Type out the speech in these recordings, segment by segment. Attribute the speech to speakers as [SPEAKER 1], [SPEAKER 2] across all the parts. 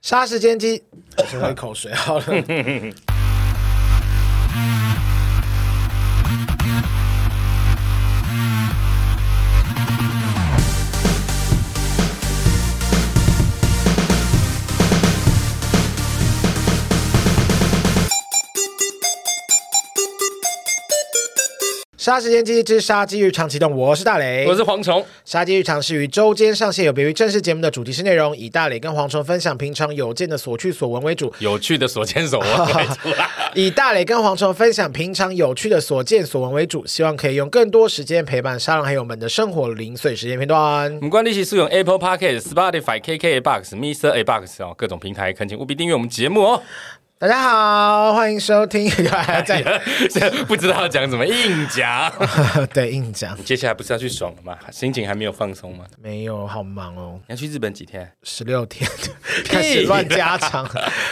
[SPEAKER 1] 杀时间机，我先喝一口水好了。杀时间机之杀鸡日常启动，我是大雷，
[SPEAKER 2] 我是蝗虫，
[SPEAKER 1] 杀鸡日常是于周间上线，有别于正式节目的主题式内容，以大磊跟蝗虫分享平常有见的所趣所闻为主。
[SPEAKER 2] 有趣的所见所 闻来出来
[SPEAKER 1] 以大磊跟蝗虫分享平常有趣的所见所闻为主，希望可以用更多时间陪伴沙狼还有我们的生活零碎时间片段
[SPEAKER 2] 我。们关立系是用 Apple Podcast、Spotify、KK Box、Mr. A Box 哦，各种平台，恳请务必订阅我们节目 哦。
[SPEAKER 1] 大家好，欢迎收听，在
[SPEAKER 2] 不知道讲什么，硬讲。
[SPEAKER 1] 对硬讲
[SPEAKER 2] 接下来不是要去爽了吗？心情还没有放松吗？
[SPEAKER 1] 没有，好忙哦，
[SPEAKER 2] 你要去日本几天？
[SPEAKER 1] 十六天开始乱加 长，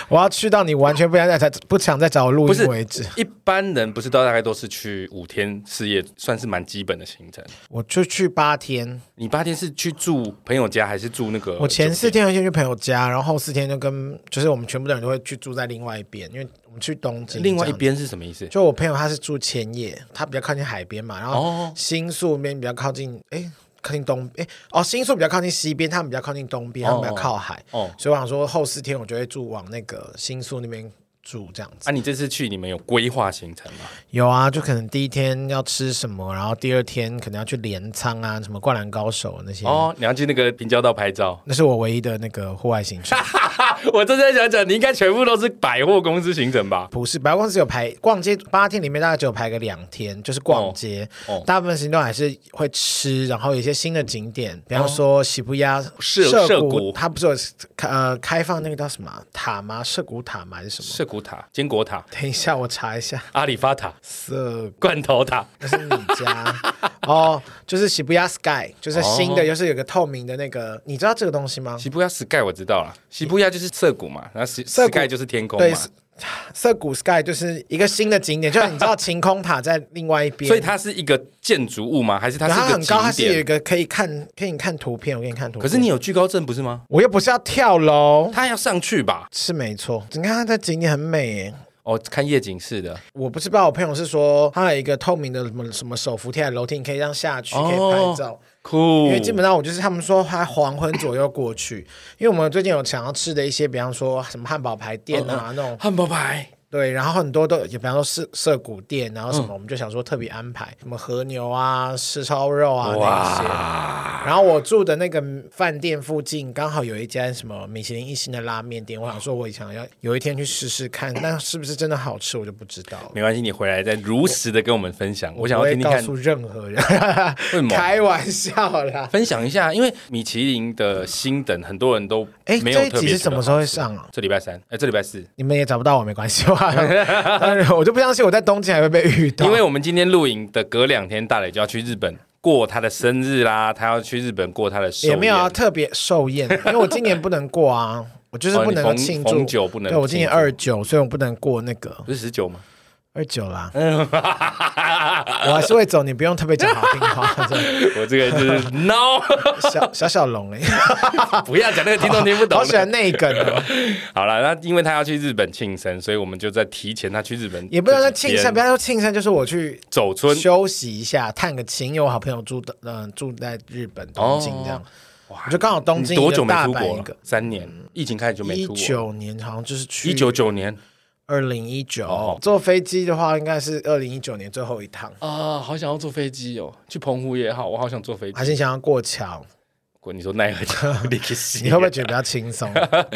[SPEAKER 1] 我要去到你完全不想再不想再找我录
[SPEAKER 2] 不是
[SPEAKER 1] 音为止，
[SPEAKER 2] 一般人不是都大概都是去五天四夜，算是蛮基本的行程。
[SPEAKER 1] 我就去八天。
[SPEAKER 2] 你八天是去住朋友家，还是住那个？
[SPEAKER 1] 我前四天会先去朋友家，然后后四天就跟就是我们全部的人都会去住在另外一边，因为我们去东京。
[SPEAKER 2] 另外一
[SPEAKER 1] 这样，
[SPEAKER 2] 边是什么意思？
[SPEAKER 1] 就我朋友他是住千叶，他比较靠近海边嘛，然后
[SPEAKER 2] 哦
[SPEAKER 1] 新宿那边比较靠近，哎，靠近东，哎，哦，新宿比较靠近西边，他们比较靠近东边，他们比较靠海，
[SPEAKER 2] 哦，
[SPEAKER 1] 所以我想说后四天我就会住往那个新宿那边住这样子。
[SPEAKER 2] 啊，你这次去你们有规划行程吗？
[SPEAKER 1] 有啊，就可能第一天要吃什么，然后第二天可能要去镰仓啊，什么灌篮高手那些。
[SPEAKER 2] 哦，你要去那个平交道拍照。
[SPEAKER 1] 那是我唯一的那个户外行程。
[SPEAKER 2] 哈哈，我正在想讲，你应该全部都是百货公司行程吧？
[SPEAKER 1] 不是，百货公司有排逛街，八天里面大概只有排个两天，就是逛街。
[SPEAKER 2] 哦哦
[SPEAKER 1] 大部分时间都还是会吃，然后有一些新的景点，比方说喜布亚
[SPEAKER 2] 哦涉涉谷
[SPEAKER 1] 它不是有呃开放那个叫什么啊塔吗？涉谷塔吗？还是什么？
[SPEAKER 2] 涩谷塔、坚果塔、
[SPEAKER 1] 等一下，我查一下。
[SPEAKER 2] 阿里发塔、
[SPEAKER 1] 涩
[SPEAKER 2] 罐头塔。
[SPEAKER 1] 那是你家 哦，就是喜布亚 Sky，就是新
[SPEAKER 2] 哦
[SPEAKER 1] 的，就是有个透明的那个，你知道这个东西吗？
[SPEAKER 2] 西部亚 sky 我知道了，西部亚就是涩谷嘛，然后西
[SPEAKER 1] 涩谷
[SPEAKER 2] sky 就是天空
[SPEAKER 1] 对
[SPEAKER 2] 嘛，，
[SPEAKER 1] 涩谷 Sky 就是一个新的景点，就是你知道晴空塔在另外一边，
[SPEAKER 2] 所以它是一个建筑物吗？还是它
[SPEAKER 1] 然后
[SPEAKER 2] 是一
[SPEAKER 1] 很高，它
[SPEAKER 2] 个
[SPEAKER 1] 是
[SPEAKER 2] 景
[SPEAKER 1] 有一
[SPEAKER 2] 点？
[SPEAKER 1] 个可以看，可以看图片，我给你看图片。
[SPEAKER 2] 可是你有惧高症不是吗？
[SPEAKER 1] 我又不是要跳楼，
[SPEAKER 2] 它要上去吧？
[SPEAKER 1] 是没错。你看它的景点很美耶。
[SPEAKER 2] 哦，看夜景是的，
[SPEAKER 1] 我不是不知道，我朋友是说，它有一个透明的什么什么手扶梯、楼梯，你可以这样下去，
[SPEAKER 2] 哦
[SPEAKER 1] 可以拍照。
[SPEAKER 2] 酷。
[SPEAKER 1] 因为基本上我就是他们说，他黄昏左右过去。因为我们最近有想要吃的一些，比方说什么汉堡排店
[SPEAKER 2] 哦
[SPEAKER 1] 啊、那种，
[SPEAKER 2] 汉堡排
[SPEAKER 1] 对，然后很多都，也比方说涉涉谷店，然后什
[SPEAKER 2] 嗯
[SPEAKER 1] 么，我们就想说特别安排什么和牛啊、吃烧肉啊那一些。
[SPEAKER 2] 哇，
[SPEAKER 1] 然后我住的那个饭店附近刚好有一家什么米其林一星的拉面店，我想说我想要有一天去试试看，但是不是真的好吃我就不知道了。
[SPEAKER 2] 没关系，你回来再如实的跟我们分享，我想
[SPEAKER 1] 不
[SPEAKER 2] 要
[SPEAKER 1] 会
[SPEAKER 2] 听听看
[SPEAKER 1] 告诉任何人，
[SPEAKER 2] 什么
[SPEAKER 1] 开玩笑啦。
[SPEAKER 2] 分享一下，因为米其林的星等很多人都
[SPEAKER 1] 哎，
[SPEAKER 2] 没有
[SPEAKER 1] 这一
[SPEAKER 2] 特
[SPEAKER 1] 集
[SPEAKER 2] 别
[SPEAKER 1] 是
[SPEAKER 2] 觉
[SPEAKER 1] 什
[SPEAKER 2] 得
[SPEAKER 1] 么时候会上啊？
[SPEAKER 2] 这礼拜三，哎、这礼拜四，
[SPEAKER 1] 你们也找不到我没关系吧？当然我就不相信我在东京还会被遇到。
[SPEAKER 2] 因为我们今天录影的隔两天，大磊就要去日本过他的生日啦，他要去日本过他的寿
[SPEAKER 1] 也
[SPEAKER 2] 宴
[SPEAKER 1] 没有要特别寿宴，因为我今年不能过啊，我就是
[SPEAKER 2] 哦
[SPEAKER 1] 不
[SPEAKER 2] 你
[SPEAKER 1] 能
[SPEAKER 2] 逢
[SPEAKER 1] 庆祝。
[SPEAKER 2] 逢九不能庆
[SPEAKER 1] 对
[SPEAKER 2] 祝，
[SPEAKER 1] 我今年二九，所以我不能过那个
[SPEAKER 2] 不是十九吗？
[SPEAKER 1] 二九啦。
[SPEAKER 2] 嗯，
[SPEAKER 1] 我还是会走，你不用特别讲好听话。真
[SPEAKER 2] 我这个就是 no，
[SPEAKER 1] 的 小小小龙哎，
[SPEAKER 2] 不要讲那个听众听不懂
[SPEAKER 1] 好。喜欢内梗哦，
[SPEAKER 2] 好了，那因为他要去日本庆生，所以我们就在提前他去日本这几天，
[SPEAKER 1] 也不能说庆生，不要说庆生，就是我去
[SPEAKER 2] 走村
[SPEAKER 1] 休息一下，探个亲，因为我好朋友住的，嗯、住在日本东京这样。
[SPEAKER 2] 哦哇
[SPEAKER 1] 我就刚好东京
[SPEAKER 2] 你多久没
[SPEAKER 1] 一个大
[SPEAKER 2] 出
[SPEAKER 1] 阪
[SPEAKER 2] 国
[SPEAKER 1] 一个
[SPEAKER 2] 了？三年，疫情开始就没
[SPEAKER 1] 一
[SPEAKER 2] 出国。
[SPEAKER 1] 九年好像就是去
[SPEAKER 2] 一九九年
[SPEAKER 1] 二零一九
[SPEAKER 2] 哦
[SPEAKER 1] 坐飞机的话，应该是二零一九年最后一趟。
[SPEAKER 2] 啊，好想要坐飞机哦，去澎湖也好，我好想坐飞机
[SPEAKER 1] 还。是你想要过桥，
[SPEAKER 2] 滚你说奈何桥， 你去死
[SPEAKER 1] 你会不会觉得比较轻松？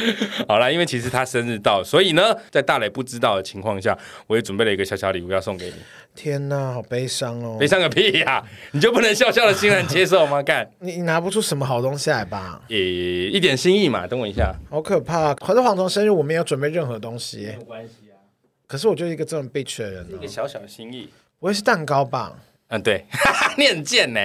[SPEAKER 2] 好啦，因为其实他生日到，所以呢，在大磊不知道的情况下，我也准备了一个小小礼物要送给你。
[SPEAKER 1] 天哪，好悲伤哦
[SPEAKER 2] 悲！伤个屁呀、 你就不能笑笑的欣然接受吗？干，
[SPEAKER 1] 你你拿不出什么好东西来吧？
[SPEAKER 2] 也一点心意嘛。等我一下，
[SPEAKER 1] 好可怕！可是蝗虫生日我没有准备任何东西耶，
[SPEAKER 2] 有关系啊，
[SPEAKER 1] 可是我就是一个这种 bitch 的人
[SPEAKER 2] 一
[SPEAKER 1] 呢、
[SPEAKER 2] 个小小的心意。
[SPEAKER 1] 我也是蛋糕吧？
[SPEAKER 2] 嗯，对， 你很贱呢、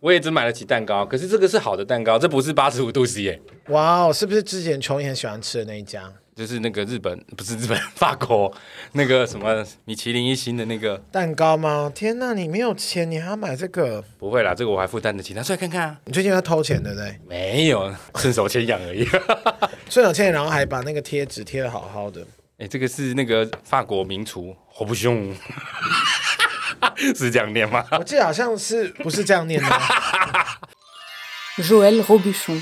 [SPEAKER 2] 我也只买得起蛋糕，可是这个是好的蛋糕，这不是八十五度 C 耶、
[SPEAKER 1] 哇哦，是不是之前琼也很喜欢吃的那一家？
[SPEAKER 2] 就是那个日本不是日本法国那个什么米其林一星的那个，
[SPEAKER 1] 蛋糕吗？天哪，你没有钱，你还要买这个？
[SPEAKER 2] 不会啦，这个我还负担得起，拿出来看看啊。
[SPEAKER 1] 你最近要偷钱对不对？
[SPEAKER 2] 没有，顺手牵羊而已。
[SPEAKER 1] 顺手牵，然后还把那个贴纸贴的好好的。
[SPEAKER 2] 哎、这个是那个法国名厨侯不凶， 是这样念吗？
[SPEAKER 1] 我记得好像是不是这样念的？
[SPEAKER 3] Joël Robuchon.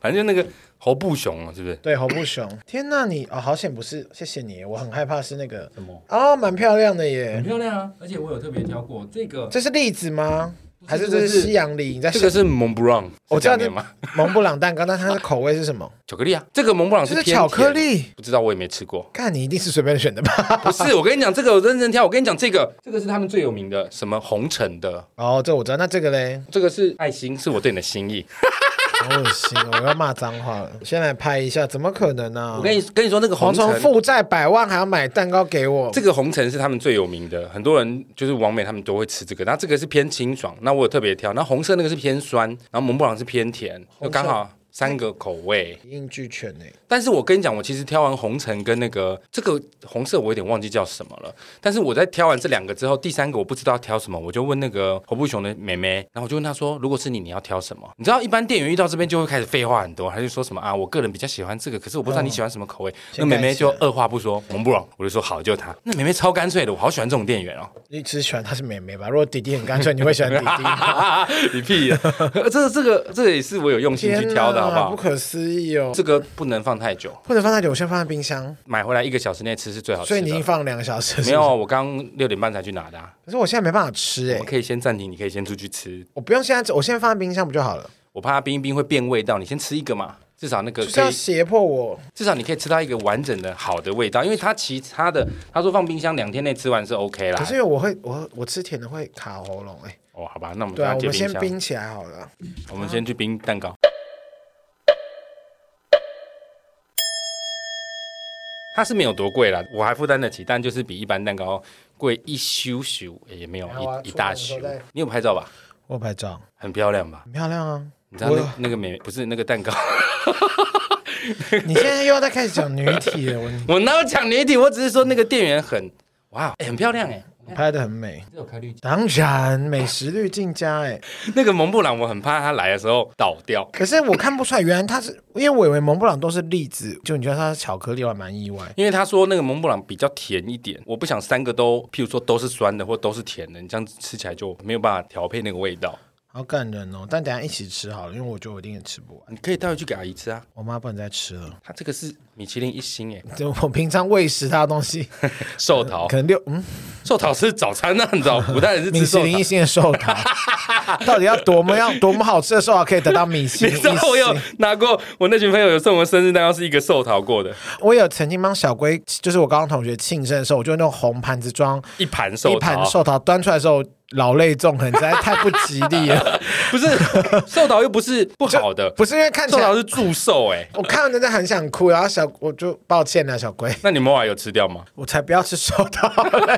[SPEAKER 2] 反正就那个侯不雄啊，是不是？
[SPEAKER 1] 对，侯不雄。天哪，你哦，好险不是，谢谢你，我很害怕是那个什么啊，蛮漂亮的耶
[SPEAKER 4] 很。
[SPEAKER 2] 嗯
[SPEAKER 4] 漂亮啊，而且我有特别挑过这个，
[SPEAKER 1] 这是栗子吗？还是
[SPEAKER 2] 这
[SPEAKER 1] 这
[SPEAKER 2] 个
[SPEAKER 1] 是
[SPEAKER 2] 是
[SPEAKER 1] 西洋梨？你在
[SPEAKER 2] 这个是蒙布朗，
[SPEAKER 1] 我
[SPEAKER 2] 是
[SPEAKER 1] 知道
[SPEAKER 2] 哦这样
[SPEAKER 1] 那
[SPEAKER 2] 念吗？
[SPEAKER 1] 蒙布朗蛋糕，但它的口味是什么？
[SPEAKER 2] 巧克力啊，这个蒙布朗
[SPEAKER 1] 这
[SPEAKER 2] 是
[SPEAKER 1] 是
[SPEAKER 2] 偏
[SPEAKER 1] 巧克
[SPEAKER 2] 甜，
[SPEAKER 1] 力。
[SPEAKER 2] 不知道我也没吃过。
[SPEAKER 1] 看你一定是随便选的吧？
[SPEAKER 2] 不是，我跟你讲，这个我认真挑。我跟你讲，这个这个是他们最有名的，什么红橙的，
[SPEAKER 1] 哦，这我知道。那这个嘞，
[SPEAKER 2] 这个是爱心，是我对你的心意。
[SPEAKER 1] 好恶心哦，我要骂脏话了。先来拍一下，怎么可能呢、啊
[SPEAKER 2] 我跟你跟你说，那个红
[SPEAKER 1] 蝗虫
[SPEAKER 2] 橙，
[SPEAKER 1] 负债百万还要买蛋糕给我，
[SPEAKER 2] 这个红橙是他们最有名的，很多人就是王美他们都会吃这个。那这个是偏清爽，那我有特别挑。那红色那个是偏酸，然后蒙布朗是偏甜，就刚好三个口味。
[SPEAKER 1] 一应俱全呢、
[SPEAKER 2] 但是我跟你讲，我其实挑完红橙跟那个这个红色，我有点忘记叫什么了。但是我在挑完这两个之后，第三个我不知道要挑什么，我就问那个侯布熊的妹妹，然后我就问她说：“如果是你，你要挑什么？”你知道，一般店员遇到这边就会开始废话很多，她就说什么啊，我个人比较喜欢这个，可是我不知道你喜欢什么口味。那妹妹就二话不说，蒙布朗，我就说好，就它。那妹妹超干脆的，我好喜欢这种店员哦。
[SPEAKER 1] 你只喜欢她是妹妹吧？如果弟弟很干脆，你会喜欢弟弟 吗？
[SPEAKER 2] 你屁啊呀！ 这这个这也是我有用心去挑的，好不
[SPEAKER 1] 天哪
[SPEAKER 2] 好
[SPEAKER 1] 不？可思议哦！
[SPEAKER 2] 这个不能放太久，
[SPEAKER 1] 不能放太久，我先放在冰箱。
[SPEAKER 2] 买回来一个小时内吃是最好吃
[SPEAKER 1] 所
[SPEAKER 2] 的。
[SPEAKER 1] 以你已经放两个小时，是
[SPEAKER 2] 没
[SPEAKER 1] 不是
[SPEAKER 2] 有，啊我刚六点半才去拿的、啊。
[SPEAKER 1] 可是我现在没办法吃哎、
[SPEAKER 2] 我可以先暂停，你可以先出去吃。
[SPEAKER 1] 我不用现在，我现在放在冰箱不就好了？
[SPEAKER 2] 我怕它冰一冰会变味道，你先吃一个嘛，至少那个
[SPEAKER 1] 就是
[SPEAKER 2] 可
[SPEAKER 1] 要
[SPEAKER 2] 以，
[SPEAKER 1] 胁迫我，
[SPEAKER 2] 至少你可以吃到一个完整的好的味道。因为它其他的，他说放冰箱两天内吃完是 OK 啦
[SPEAKER 1] 可。是因为我会我我吃甜的会卡喉咙哎、
[SPEAKER 2] 哦，好吧，那我们
[SPEAKER 1] 对
[SPEAKER 2] 把
[SPEAKER 1] 啊，
[SPEAKER 2] 它
[SPEAKER 1] 我
[SPEAKER 2] 借
[SPEAKER 1] 们先
[SPEAKER 2] 冰箱，
[SPEAKER 1] 冰起来好了。
[SPEAKER 2] 我们先去冰蛋糕。它是没有多贵啦，我还负担得起，但就是比一般蛋糕贵一咻咻，也没有
[SPEAKER 1] 还好啊
[SPEAKER 2] 一一大
[SPEAKER 1] 出
[SPEAKER 2] 咻
[SPEAKER 1] 门的时候再。
[SPEAKER 2] 你有拍照吧？
[SPEAKER 1] 我有拍照，
[SPEAKER 2] 很漂亮吧？
[SPEAKER 1] 很漂亮啊！
[SPEAKER 2] 你知道那那个美不是那个蛋糕，
[SPEAKER 1] 你现在又要再开始讲女体了，我
[SPEAKER 2] 我哪有讲你一点？我只是说那个店员很哇、欸很漂亮哎、
[SPEAKER 1] 你拍的很美，
[SPEAKER 4] 这有开滤镜，
[SPEAKER 1] 当然美食滤镜加哎、
[SPEAKER 2] 那个蒙布朗我很怕他来的时候倒掉。
[SPEAKER 1] 可是我看不出来，原来它是因为我以为蒙布朗都是栗子，就你觉得它是巧克力，我还蛮意外。
[SPEAKER 2] 因为他说那个蒙布朗比较甜一点，我不想三个都，譬如说都是酸的或都是甜的，你这样吃起来就没有办法调配那个味道。
[SPEAKER 1] 好感人哦！但等一下一起吃好了，因为我觉得我一定也吃不完。
[SPEAKER 2] 你可以带回去给阿姨吃啊，
[SPEAKER 1] 我妈不能再吃了，
[SPEAKER 2] 她这个是米其林一星哎，
[SPEAKER 1] 就我平常喂食她的东 西，
[SPEAKER 2] 寿 桃
[SPEAKER 1] 可，能六嗯，
[SPEAKER 2] 寿桃是早餐啊，你知道，古代人是
[SPEAKER 1] 米
[SPEAKER 2] 吃
[SPEAKER 1] 其
[SPEAKER 2] 寿
[SPEAKER 1] 林
[SPEAKER 2] 桃
[SPEAKER 1] 一。星的寿桃，到底要多么要多么好吃的寿桃可以得到米其
[SPEAKER 2] 你
[SPEAKER 1] 林一
[SPEAKER 2] 知道我有
[SPEAKER 1] 星？
[SPEAKER 2] 拿过，我那群朋友有送我生日蛋糕是一个寿桃过的，
[SPEAKER 1] 我有曾经帮小龟，就是我高中同学庆生的时候，我就用那种红盘子装
[SPEAKER 2] 一盘寿桃，
[SPEAKER 1] 一盘寿桃，端出来的时候老泪纵横，实在太不吉利 了。
[SPEAKER 2] 不是寿桃又不是不好的，
[SPEAKER 1] 不是因为看起
[SPEAKER 2] 寿
[SPEAKER 1] 来
[SPEAKER 2] 桃是祝寿哎、
[SPEAKER 1] 我看到真的很想哭，然后小我就抱歉了，小龟，
[SPEAKER 2] 那你们后来有吃掉吗？
[SPEAKER 1] 我才不要吃寿桃嘞。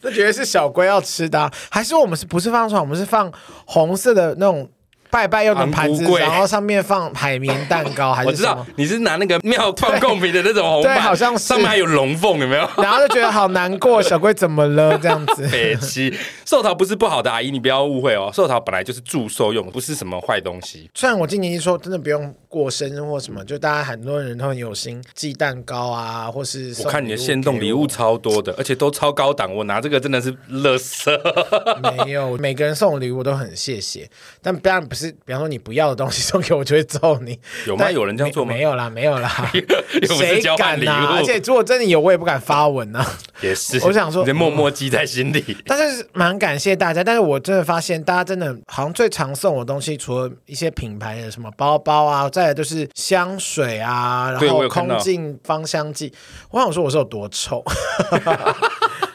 [SPEAKER 1] 这绝对是小龟要吃的啊、还是我们是不是放出来？我们是放红色的那种拜拜用的盘子
[SPEAKER 2] 昂，贵
[SPEAKER 1] 然后上面放海绵蛋糕，还
[SPEAKER 2] 我
[SPEAKER 1] 是
[SPEAKER 2] 知
[SPEAKER 1] 什
[SPEAKER 2] 道
[SPEAKER 1] 么？
[SPEAKER 2] 你是拿那个庙放贡品的那种红
[SPEAKER 1] 对
[SPEAKER 2] 板，
[SPEAKER 1] 好像是
[SPEAKER 2] 上面还有龙凤，有没 有？
[SPEAKER 1] 然后就觉得好难过，小龟怎么了？这样子，
[SPEAKER 2] 北七寿桃不是不好的，阿姨你不要误会哦，寿桃本来就是祝寿用，不是什么坏东西。
[SPEAKER 1] 虽然我今年一说真的不用过生日或什么，就大家很多人都很有心寄蛋糕啊，或是送
[SPEAKER 2] 我看你的
[SPEAKER 1] 给
[SPEAKER 2] 限动礼物超多的，而且都超高档，我拿这个真的是乐色。
[SPEAKER 1] 没有，每个人送我礼物我都很谢谢，但当然不是，比方说你不要的东西送给我，我就会揍你。
[SPEAKER 2] 有吗
[SPEAKER 1] 但
[SPEAKER 2] 有人这样做吗
[SPEAKER 1] 没没有啦，没有啦，
[SPEAKER 2] 又不是
[SPEAKER 1] 谁
[SPEAKER 2] 交
[SPEAKER 1] 敢
[SPEAKER 2] 换礼物，
[SPEAKER 1] 呐、而且如果真的有，我也不敢发文啊。
[SPEAKER 2] 也是。
[SPEAKER 1] 我想说
[SPEAKER 2] 你在默默记在心里。
[SPEAKER 1] 但是蛮感谢大家，但是我真的发现大家真的好像最常送我的东西，除了一些品牌的什么包包啊，再来就是香水啊，然
[SPEAKER 2] 对我
[SPEAKER 1] 后
[SPEAKER 2] 有看到
[SPEAKER 1] 空净芳香剂。我想说我是有多臭。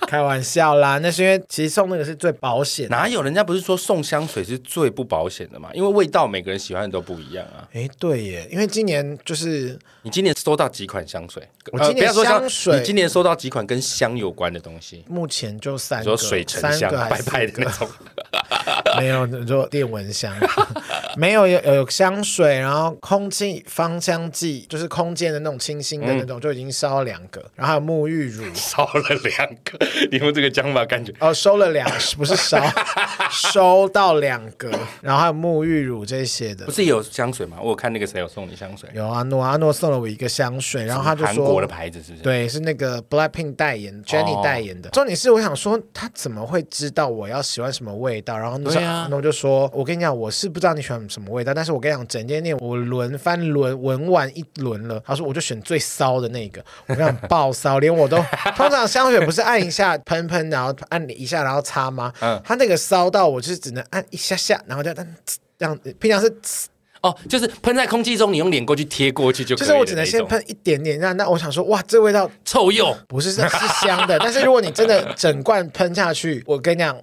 [SPEAKER 1] 开玩笑啦，那是因为其实送那个是最保险的。
[SPEAKER 2] 哪有人家不是说送香水是最不保险的嘛？因为味道每个人喜欢的都不一样啊。
[SPEAKER 1] 哎，对耶，因为今年就是
[SPEAKER 2] 你今年收到几款香水？呃
[SPEAKER 1] 我今年
[SPEAKER 2] 不要说
[SPEAKER 1] 香水
[SPEAKER 2] 你今年收到几款跟香有关的东西？
[SPEAKER 1] 目前就三
[SPEAKER 2] 你
[SPEAKER 1] 个，
[SPEAKER 2] 说水沉
[SPEAKER 1] 三
[SPEAKER 2] 香、
[SPEAKER 1] 个还
[SPEAKER 2] 白
[SPEAKER 1] 是
[SPEAKER 2] 白的那种，
[SPEAKER 1] 没有，你说电蚊香， 没有有有香水，然后空气芳香剂，就是空间的那种清新的那
[SPEAKER 2] 嗯
[SPEAKER 1] 种，就已经烧了两个，然后还有沐浴乳，
[SPEAKER 2] 少了两个。 你用这个讲法，感觉
[SPEAKER 1] 哦，收了两，不是烧， 收到两个，然后还有沐浴乳这些的
[SPEAKER 2] 不。是也有香水吗？我有看那个谁有送你香水，
[SPEAKER 1] 有阿诺，阿诺送了我一个香水，然后他就
[SPEAKER 2] 韩
[SPEAKER 1] 说，
[SPEAKER 2] 国的牌子是不是？
[SPEAKER 1] 对，是那个 Blackpink 代言，Jennie
[SPEAKER 2] 哦
[SPEAKER 1] 代言的。重点是，我想说他怎么会知道我要喜欢什么味道？然后那时候
[SPEAKER 2] 对啊
[SPEAKER 1] 那我就说，我跟你讲，我是不知道你喜欢什么味道，但是我跟你讲，整间店我轮番轮闻完一轮了，他说我就选最骚的那个，我跟你讲爆骚，连我都 通常香水不是按一下喷喷，然后按一下然后擦吗？
[SPEAKER 2] 嗯
[SPEAKER 1] 他那个骚到我就是只能按一下下，然后就按呲这样，平常是呲
[SPEAKER 2] 哦，就是喷在空气中，你用脸过去贴过去就可
[SPEAKER 1] 就
[SPEAKER 2] 以
[SPEAKER 1] 是
[SPEAKER 2] 了
[SPEAKER 1] 我只能先
[SPEAKER 2] 那种
[SPEAKER 1] 喷一点点，那那我想说，哇，这味道
[SPEAKER 2] 臭鼬，
[SPEAKER 1] 不是是是香的，但是如果你真的整罐喷下 去，我跟你讲，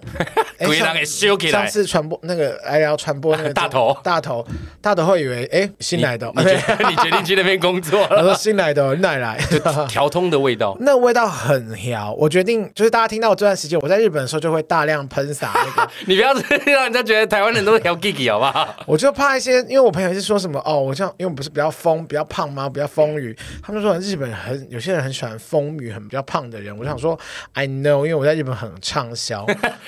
[SPEAKER 1] 哎
[SPEAKER 2] 鬼
[SPEAKER 1] 上
[SPEAKER 2] 狼给修起
[SPEAKER 1] 上
[SPEAKER 2] 来。
[SPEAKER 1] 次传播那个来聊传播那个
[SPEAKER 2] 大头
[SPEAKER 1] 大头 大头会以为哎新来的哦，
[SPEAKER 2] 你决你决定去那边工作
[SPEAKER 1] 他
[SPEAKER 2] 了，
[SPEAKER 1] 说新来的哦你哪里来？
[SPEAKER 2] 调通的味道。
[SPEAKER 1] 那味道很调，我决定就是大家听到我这段时间我在日本的时候就会大量喷洒那 个，
[SPEAKER 2] 你不要让人家觉得台湾人都是调 Gigi 好不好？
[SPEAKER 1] 我就怕一些，因为我朋友是说什么哦，我像因为我们不是比较丰、比较胖吗？比较丰腴，他们说日本人很有些人很喜欢丰腴、很比较胖的人，我想说 I know，因为我在日本很畅销，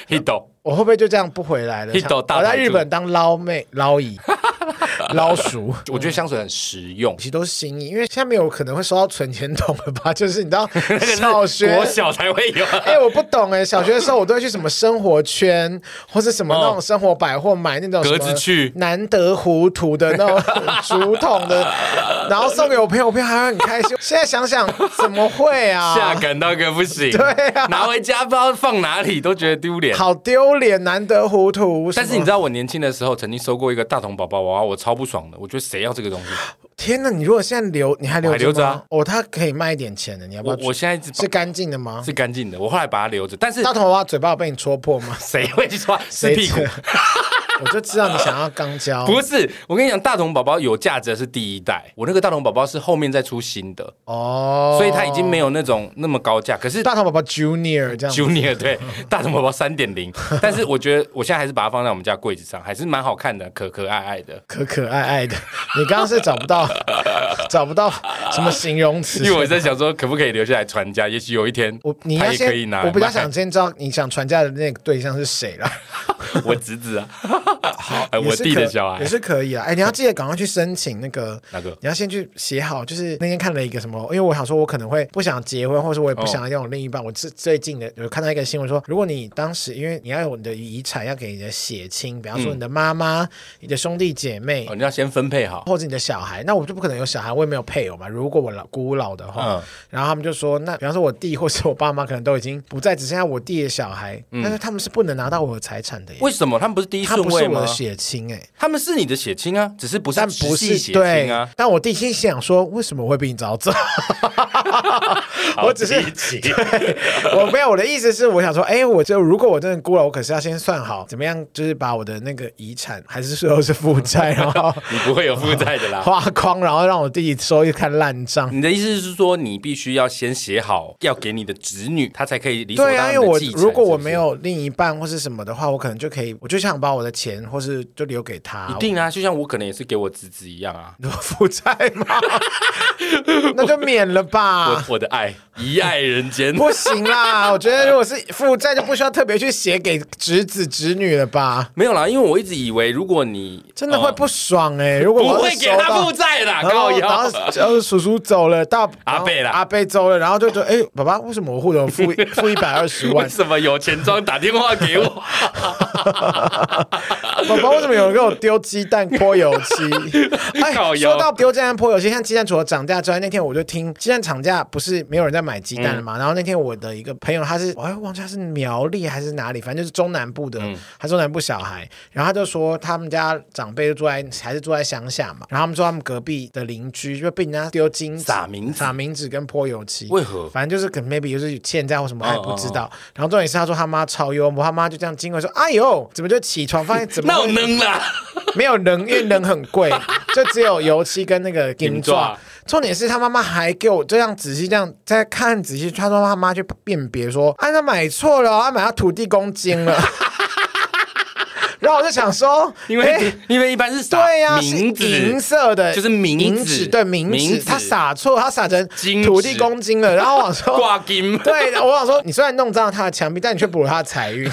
[SPEAKER 2] 你懂？
[SPEAKER 1] 我会不会就这样不回来了？
[SPEAKER 2] 一抖大
[SPEAKER 1] 我在
[SPEAKER 2] 白
[SPEAKER 1] 日
[SPEAKER 2] 兔
[SPEAKER 1] 本当捞妹、捞 姨、捞叔，
[SPEAKER 2] 我觉得香水很实用
[SPEAKER 1] 其，实都是心意，因为现在没有可能会收到存钱筒了吧？ 就是你知道
[SPEAKER 2] 那个是
[SPEAKER 1] 小学
[SPEAKER 2] 国。小才会有。
[SPEAKER 1] 哎、我不懂哎、小学的时候我都会去什么生活圈，或是什么那种生活百货买那种什么
[SPEAKER 2] 哦格子去
[SPEAKER 1] 难得糊涂的那种竹筒 的，然后送给我朋友，我朋友还会很开心。现在想想怎么会啊？
[SPEAKER 2] 下梗到个 不行，对
[SPEAKER 1] 啊
[SPEAKER 2] 拿回家不知道放哪里都觉得丢脸。
[SPEAKER 1] 好丢脸，难得糊涂。
[SPEAKER 2] 但是你知
[SPEAKER 1] 道，
[SPEAKER 2] 道我年轻的时候曾经收过一个大童宝宝娃娃，我超不爽的，我觉得谁要这个东西？
[SPEAKER 1] 天哪！你如果现在留，你还留
[SPEAKER 2] 我还留着
[SPEAKER 1] 吗
[SPEAKER 2] 啊
[SPEAKER 1] 哦，它可以卖一点钱的，你要不
[SPEAKER 2] 我
[SPEAKER 1] 要？
[SPEAKER 2] 我现在是
[SPEAKER 1] 是干净的吗？
[SPEAKER 2] 是干净的，我后来把它留着，但是？
[SPEAKER 1] 大头娃嘴巴有被你戳破吗
[SPEAKER 2] 谁会去抓 是屁股
[SPEAKER 1] 谁？知我就知道你想要肛交。
[SPEAKER 2] 不是，我跟你讲，大童宝宝有价值的是第一代，我那个大童宝宝是后面再出新的，
[SPEAKER 1] 哦，
[SPEAKER 2] 所以它已经没有那种那么高价。可是
[SPEAKER 1] 大头宝宝 Junior 这样子。
[SPEAKER 2] Junior 对 大童宝宝三点零，但是我觉得我现在还是把它放在我们家柜子上，还是蛮好看的，可可爱爱的。
[SPEAKER 1] 可可爱爱的，你刚刚是找不 到找不到什么形容词
[SPEAKER 2] 因，为我在想说，可不可以留下来传家？也许有一天，
[SPEAKER 1] 我你
[SPEAKER 2] 它
[SPEAKER 1] 要
[SPEAKER 2] 也
[SPEAKER 1] 先
[SPEAKER 2] 可以拿，
[SPEAKER 1] 我比较想，先知道你想传嫁的那个对象是谁啦。
[SPEAKER 2] 我侄子 啊，好，
[SPEAKER 1] 也
[SPEAKER 2] 我
[SPEAKER 1] 是
[SPEAKER 2] 弟的
[SPEAKER 1] 可
[SPEAKER 2] 小孩
[SPEAKER 1] 也，是可以啊。哎，你要记得赶快去申请那个
[SPEAKER 2] 哪个
[SPEAKER 1] 你要先去写好，就是那天看了一个什么，因为我想说，我可能会不想结婚，或者我也
[SPEAKER 2] 哦
[SPEAKER 1] 不想要有另一半。我最最近的有看到一个新闻说，如果你当时因为你要有你的遗产，要给你的血亲，比方说你的妈妈、你的兄弟姐妹
[SPEAKER 2] 嗯哦，。你要先分配好。
[SPEAKER 1] 或者你的小孩，那我就不可能有小孩，我也没有配偶嘛。如果我老姑老的话，
[SPEAKER 2] 嗯
[SPEAKER 1] 然后他们就说，那比方说我弟或是我爸妈可能都已经不在，只剩下我弟的小孩，但是他们是不能拿到我的财产的耶。
[SPEAKER 2] 为什么他们不是第一
[SPEAKER 1] 他
[SPEAKER 2] 嗯顺
[SPEAKER 1] 不是
[SPEAKER 2] 位
[SPEAKER 1] 我
[SPEAKER 2] 吗
[SPEAKER 1] 的？血亲哎，
[SPEAKER 2] 他们是你的血亲啊，只是不是
[SPEAKER 1] 但不
[SPEAKER 2] 直系
[SPEAKER 1] 是
[SPEAKER 2] 血
[SPEAKER 1] 对
[SPEAKER 2] 亲啊。。
[SPEAKER 1] 但我弟心想说，为什么我会比你早走？我只是
[SPEAKER 2] 好低级
[SPEAKER 1] 我没有我的意思是，我想说，哎，我就如果我真的孤了，我可是要先算好怎么样，就是把我的那个遗产还是说是负债，然 后
[SPEAKER 2] 你不会有负债的啦。
[SPEAKER 1] 花光，然后让我弟收一摊烂账。
[SPEAKER 2] 你的意思是说，你必须要先写好要给你的子女，他才可以理所当
[SPEAKER 1] 对啊，
[SPEAKER 2] 然
[SPEAKER 1] 因为
[SPEAKER 2] 的
[SPEAKER 1] 我
[SPEAKER 2] 继承。
[SPEAKER 1] 如果我
[SPEAKER 2] 是不是
[SPEAKER 1] 没，有另一半或是什么的话，我可能就可以，我就想把我的钱或是就留给他。
[SPEAKER 2] 一定啊，就像我可能也是给我侄子一样啊，
[SPEAKER 1] 我负债吗？ 那就免了吧。
[SPEAKER 2] 我我的爱一爱人间。
[SPEAKER 1] 啊 不行啦，我觉得如果是负债，就不需要特别去写给侄子侄女了吧？
[SPEAKER 2] 没有啦，因为我一直以为，如果你
[SPEAKER 1] 真的会
[SPEAKER 2] 呃
[SPEAKER 1] 不爽哎、如果
[SPEAKER 2] 不
[SPEAKER 1] 我
[SPEAKER 2] 会
[SPEAKER 1] 是
[SPEAKER 2] 给
[SPEAKER 1] 收
[SPEAKER 2] 他
[SPEAKER 1] 到
[SPEAKER 2] 负债啦，
[SPEAKER 1] 然
[SPEAKER 2] 高
[SPEAKER 1] 后然后
[SPEAKER 2] 腰。
[SPEAKER 1] 然后叔叔走了，大
[SPEAKER 2] 阿伯啦
[SPEAKER 1] 然后阿贝走了，然后就觉得哎、爸爸为什么我户头负负一百二十万
[SPEAKER 2] 为？什么有钱庄打电话给我？
[SPEAKER 1] 爸爸为什么有人给我丢鸡蛋泼油漆？哎，
[SPEAKER 2] 靠腰
[SPEAKER 1] 说到丢鸡蛋泼油漆，现在鸡蛋除了涨价之外，那天我就听鸡蛋涨价，不是没有人在买鸡蛋了嘛？
[SPEAKER 2] 嗯
[SPEAKER 1] 然后那天我的一个朋友，他是我还忘记他是苗栗还是哪里，反正就是中南部的，
[SPEAKER 2] 嗯
[SPEAKER 1] 他中南部小孩，然后他就说他们家长辈就住在还是住在乡下嘛，然后他们说他们隔壁的邻居就被人家丢丢金纸
[SPEAKER 2] 撒冥纸
[SPEAKER 1] 撒冥纸跟泼油漆。
[SPEAKER 2] 为何？
[SPEAKER 1] 反正就是可能 maybe 就是欠债或什么，
[SPEAKER 2] 哦
[SPEAKER 1] 还不知道。然后重点是他说他妈超幽默，他妈就这样经过说：“哎呦，怎么就起床发现怎么
[SPEAKER 2] 那我
[SPEAKER 1] 会
[SPEAKER 2] 能啦，
[SPEAKER 1] 没有能，因为能很 贵，就只有油漆跟那个
[SPEAKER 2] 金
[SPEAKER 1] 金
[SPEAKER 2] 爪
[SPEAKER 1] 爪。重点是他妈妈还给我这样仔细这样再看仔细，他说他妈去辨别说，哎、啊，他买错了，他买到土地公金 了。然后我就想说，
[SPEAKER 2] 因 为、啊
[SPEAKER 1] 哎
[SPEAKER 2] 因为一般是撒
[SPEAKER 1] 对呀、是
[SPEAKER 2] 冥
[SPEAKER 1] 银
[SPEAKER 2] 纸，
[SPEAKER 1] 色的，
[SPEAKER 2] 就是冥
[SPEAKER 1] 银
[SPEAKER 2] 纸
[SPEAKER 1] 纸，对冥
[SPEAKER 2] 冥
[SPEAKER 1] 纸
[SPEAKER 2] 纸，
[SPEAKER 1] 他撒错，他撒成
[SPEAKER 2] 金
[SPEAKER 1] 土地
[SPEAKER 2] 纸
[SPEAKER 1] 公金了。然后我说，
[SPEAKER 2] 挂金。
[SPEAKER 1] 对，我想说，你虽然弄脏了他的墙壁，但你却补了他的财 运。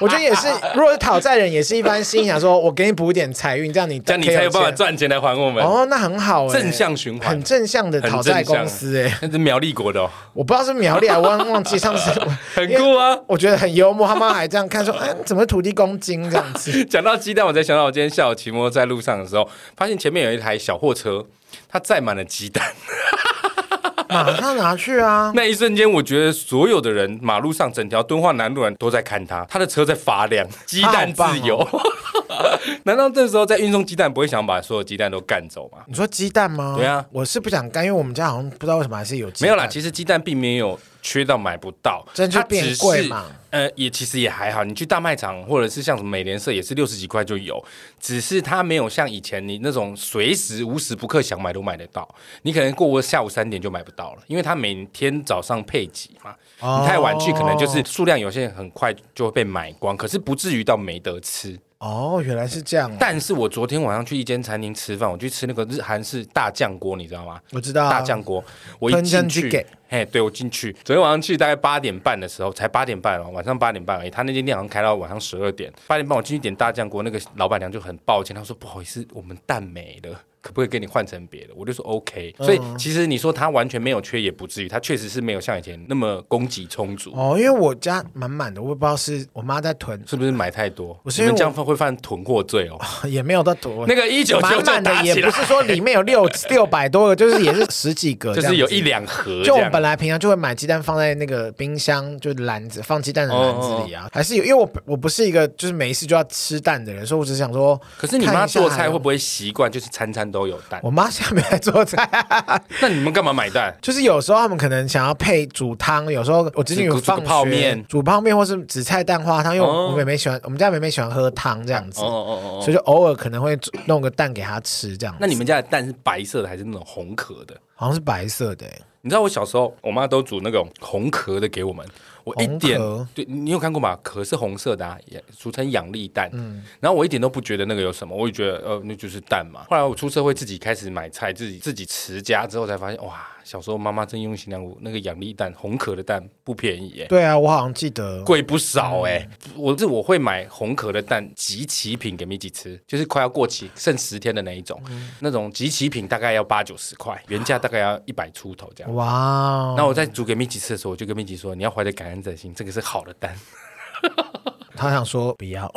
[SPEAKER 1] 我觉得也是，如果是讨债人，也是一番心想说，我给你补一点财运，这样你
[SPEAKER 2] 这样你
[SPEAKER 1] 可以
[SPEAKER 2] 才有办法
[SPEAKER 1] 钱。
[SPEAKER 2] 赚钱来还我们。
[SPEAKER 1] 哦，那很好、欸，
[SPEAKER 2] 正向循环
[SPEAKER 1] 很正向的讨债公司、欸，哎，
[SPEAKER 2] 那是苗栗国的、 哦，
[SPEAKER 1] 我不知道是苗栗还是忘忘记上次，
[SPEAKER 2] 很酷啊！
[SPEAKER 1] 我觉得很幽默，他妈还这样看说，哎，怎么土地公金这样 子？
[SPEAKER 2] 讲到鸡蛋，我才想到我今天下午骑摩托在路上的时候，发现前面有一台小货车，它载满了鸡蛋。
[SPEAKER 1] 马上拿去啊！
[SPEAKER 2] 那一瞬间，我觉得所有的人，马路上整条敦化南路人都在看他，他的车在发亮，鸡蛋自由。 难道这时候在运送鸡蛋不会想把所有鸡蛋都干走吗？
[SPEAKER 1] 你说鸡蛋吗？
[SPEAKER 2] 对啊
[SPEAKER 1] 我是不想干，因为我们家好像不知道为什么还是有鸡
[SPEAKER 2] 没
[SPEAKER 1] 蛋。
[SPEAKER 2] 有啦，其实鸡蛋并没有缺到买不到，
[SPEAKER 1] 真就
[SPEAKER 2] 它
[SPEAKER 1] 变
[SPEAKER 2] 只是
[SPEAKER 1] 贵嘛
[SPEAKER 2] 呃，也其实也还好，你去大卖场或者是像什么美联社也是六十几块就有，只是它没有像以前你那种随时无时不刻想买都买得到，你可能过我下午三点就买不到了，因为它每天早上配给嘛，
[SPEAKER 1] 哦
[SPEAKER 2] 你太晚去可能就是数量有些很快就会被买光，可是不至于到没得吃。
[SPEAKER 1] 哦，原来是这样哦，
[SPEAKER 2] 但是我昨天晚上去一间餐厅吃饭，我去吃那个日韩式大酱锅，你知道吗？
[SPEAKER 1] 我知道啊
[SPEAKER 2] 大酱锅，我一
[SPEAKER 1] 喷
[SPEAKER 2] 进
[SPEAKER 1] 酱鸡
[SPEAKER 2] 去
[SPEAKER 1] 给，
[SPEAKER 2] 嘿，对我进去，昨天晚上去大概八点半的时候，才八点半哦，晚上八点半而已。他那间店好像开到晚上十二点，八点半我进去点大酱锅，那个老板娘就很抱歉，她说不好意思，我们蛋没了。可不可以给你换成别的？我就说 OK，所
[SPEAKER 1] 嗯
[SPEAKER 2] 以其实你说他完全没有缺也不至于，他确实是没有像以前那么供给充足，
[SPEAKER 1] 哦，因为我家满满的，我也不知道是我妈在囤，
[SPEAKER 2] 是不是买太多？
[SPEAKER 1] 不是
[SPEAKER 2] 你
[SPEAKER 1] 因为
[SPEAKER 2] 们这样
[SPEAKER 1] 我
[SPEAKER 2] 会犯囤货罪哦。
[SPEAKER 1] 也没有在囤。
[SPEAKER 2] 那个一九九
[SPEAKER 1] 满
[SPEAKER 2] 九
[SPEAKER 1] 满的
[SPEAKER 2] 打
[SPEAKER 1] 也
[SPEAKER 2] 起来
[SPEAKER 1] 不。是说里面有六六百多个，就是也是十几个这
[SPEAKER 2] 就
[SPEAKER 1] 样
[SPEAKER 2] 是
[SPEAKER 1] 子，
[SPEAKER 2] 有一两盒
[SPEAKER 1] 就
[SPEAKER 2] 这
[SPEAKER 1] 我
[SPEAKER 2] 样
[SPEAKER 1] 们。本来平常就会买鸡蛋放在那个冰箱，就是篮子放鸡蛋的
[SPEAKER 2] 哦
[SPEAKER 1] 篮子里啊，还是有，因为我我不是一个就是每一次就要吃蛋的人，所以我只是想说，
[SPEAKER 2] 可是你妈做菜会
[SPEAKER 1] 不？
[SPEAKER 2] 不会习惯，就是餐餐都有蛋？
[SPEAKER 1] 我妈现在没来做菜、啊
[SPEAKER 2] 那你们干嘛买蛋？
[SPEAKER 1] 就是有时候他们可能想要配煮汤，有时候我侄女
[SPEAKER 2] 煮煮个
[SPEAKER 1] 放学
[SPEAKER 2] 泡面
[SPEAKER 1] 煮泡面或是紫菜蛋花汤，因为
[SPEAKER 2] 哦
[SPEAKER 1] 我我妹妹喜欢，我们家妹妹喜欢喝汤这样子，
[SPEAKER 2] 哦哦哦
[SPEAKER 1] 所
[SPEAKER 2] 哦。
[SPEAKER 1] 以就偶尔可能会煮弄个蛋给她吃这样子。
[SPEAKER 2] 那你们家的蛋是白色的还是那种红壳的？
[SPEAKER 1] 好像是白色的、欸，
[SPEAKER 2] 你知道我小时候，我妈都煮那种红壳的给我们，我一点
[SPEAKER 1] 红壳
[SPEAKER 2] 对你有看过吗？壳是红色的、啊，也俗称养粒蛋。
[SPEAKER 1] 嗯
[SPEAKER 2] 然后我一点都不觉得那个有什么，我就觉得呃那就是蛋嘛。后来我出社会自己开始买菜，自己自己持家之后才发现，哇，小时候妈妈真用心良苦，那个养粒蛋红壳的蛋不便宜耶、
[SPEAKER 1] 对啊，我好像记得。
[SPEAKER 2] 贵不少哎、
[SPEAKER 1] 嗯
[SPEAKER 2] 我是我会买红壳的蛋集齐品给米奇吃，就是快要过期剩十天的那一种，
[SPEAKER 1] 嗯
[SPEAKER 2] 那种集齐品大概要八九十块，原价大概要一百出头这样。
[SPEAKER 1] 哇哦，
[SPEAKER 2] 那我在煮给米奇吃的时候，我就跟米奇说，你要怀着感恩的心，这个是好的蛋。
[SPEAKER 1] 他想说不要，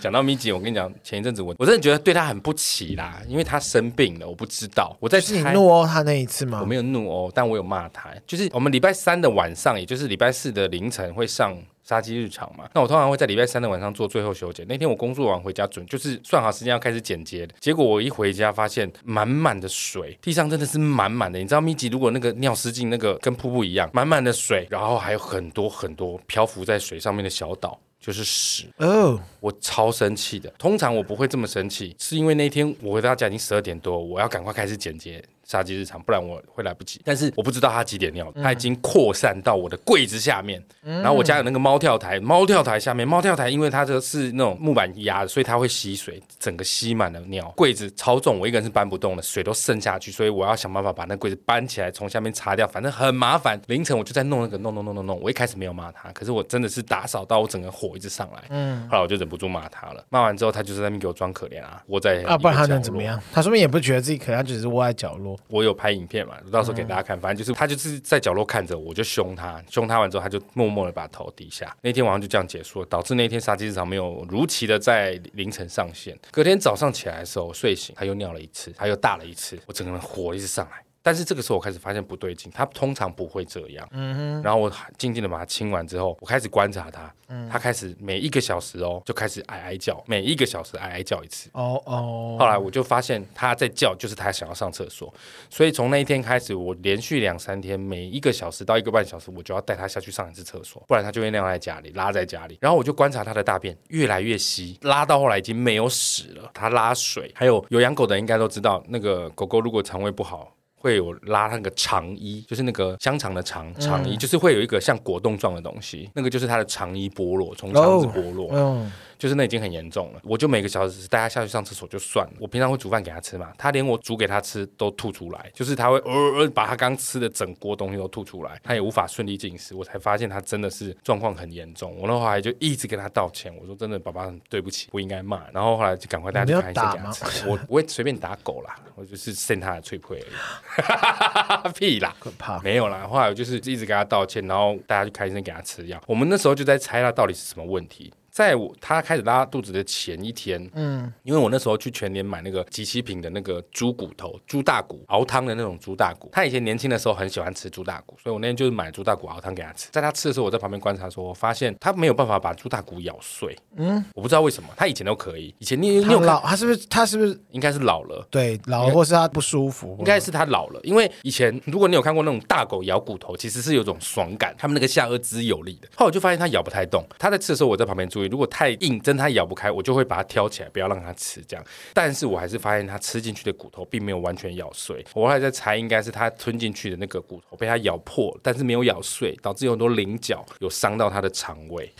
[SPEAKER 2] 讲到米奇，我跟你讲，前一阵子我我真的觉得对他很不起啦，因为他生病了，我不知道，我在
[SPEAKER 1] 是你
[SPEAKER 2] 猜
[SPEAKER 1] 怒哦殴他那一次
[SPEAKER 2] 我
[SPEAKER 1] 吗？
[SPEAKER 2] 没有怒哦，但我有骂他。就是我们礼拜三的晚上，也就是礼拜四的凌晨会上杀鸡日常嘛。那我通常会在礼拜三的晚上做最后修剪。那天我工作完回家准就是算好时间要开始剪接的，结果我一回家发现满满的水，地上真的是满满的。你知道咪吉如果那个尿失禁那个跟瀑布一样，满满的水，然后还有很多很多漂浮在水上面的小岛。就是屎，
[SPEAKER 1] 哦，
[SPEAKER 2] 我超生气的。通常我不会这么生气，是因为那天我回到家已经十二点多，我要赶快开始剪接杀鸡日常，不然我会来不及。但是我不知道它几点尿的，它已经扩散到我的柜子下面。然后我家有那个猫跳台，猫跳台下面，猫跳台因为它这是那种木板压的，所以它会吸水，整个吸满了尿。柜子超重，我一个人是搬不动的，水都渗下去，所以我要想办法把那柜子搬起来，从下面擦掉，反正很麻烦。凌晨我就在弄那个弄弄弄弄弄，我一开始没有骂他，可是我真的是打扫到我整个火一直上来，嗯，后来我就忍不住骂他了。骂完之后，他就是在那边给我装可怜啊，窝在
[SPEAKER 1] 啊，不然他能
[SPEAKER 2] 一个角落
[SPEAKER 1] 怎么？样？他说明也不觉得自己可怜，他只是窝在角落。
[SPEAKER 2] 我有拍影片嘛，到时候给大家看。反正就是他就是在角落看着我，我就凶他，凶他完之后，他就默默的把头低下。那天晚上就这样结束了，导致那天杀鸡市场没有如期的在凌晨上线。隔天早上起来的时候，我睡醒，他又尿了一次，他又大了一次，我整个人火一直上来。但是这个时候我开始发现不对劲，它通常不会这样。嗯然后我静静的把它清完之后，我开始观察它，它开始每一个小时哦就开始哀哀叫，每一个小时哀哀叫一次。
[SPEAKER 1] 哦哦，
[SPEAKER 2] 后来我就发现他在叫，就是他想要上厕所，所以从那一天开始，我连续两三天，每一个小时到一个半小时，我就要带他下去上一次厕所，不然他就会尿在家里，拉在家里。然后我就观察他的大便越来越稀，拉到后来已经没有屎了，他拉水。还有有养狗的人应该都知道，那个狗狗如果肠胃不好。会有拉那个肠衣，就是那个香肠的肠肠衣，就是会有一个像果冻状的东西，那个就是它的肠衣剥落，从肠子剥落。
[SPEAKER 1] 嗯，
[SPEAKER 2] 就是那已经很严重了。我就每个小时带他下去上厕所就算了。我平常会煮饭给他吃嘛，他连我煮给他吃都吐出来，就是他会呃呃把他刚吃的整锅东西都吐出来，他也无法顺利进食。我才发现他真的是状况很严重。我那后来就一直跟他道歉，我说真的，爸爸很对不起，不应该骂。然后后来就赶快带他去看医生给他吃。我不会随便打狗啦，我就是扇他的脆皮而已， 屁啦。
[SPEAKER 1] 可怕。
[SPEAKER 2] 啊没有啦，后来我就是一直跟他道歉，然后大家去看医生给他吃药。我们那时候就在猜他到底是什么问题。在我他开始拉肚子的前一天，嗯，因为我那时候去全年买那个集齐品的那个猪骨头、猪大骨熬汤的那种猪大骨。他以前年轻的时候很喜欢吃猪大骨，所以我那天就是买猪大骨熬汤给他吃。在他吃的时候，我在旁边观察说，我发现他没有办法把猪大骨咬碎。嗯，我不知道为什么，他以前都可以。以前你你
[SPEAKER 1] 他
[SPEAKER 2] 有看，
[SPEAKER 1] 老，他是不是他是不是
[SPEAKER 2] 应该是老了。
[SPEAKER 1] 对老了，或是他不舒服？
[SPEAKER 2] 应该是他老了，因为以前如果你有看过那种大狗咬骨头，其实是有种爽感，他们那个下颚支有力的。后来我就发现它咬不太动，它在吃的时候我在旁边注意，如果太硬，真它咬不开，我就会把它挑起来，不要让它吃这样。但是我还是发现它吃进去的骨头并没有完全咬碎，我后来在猜，应该是它吞进去的那个骨头被它咬破，但是没有咬碎，导致有很多棱角有伤到它的肠胃。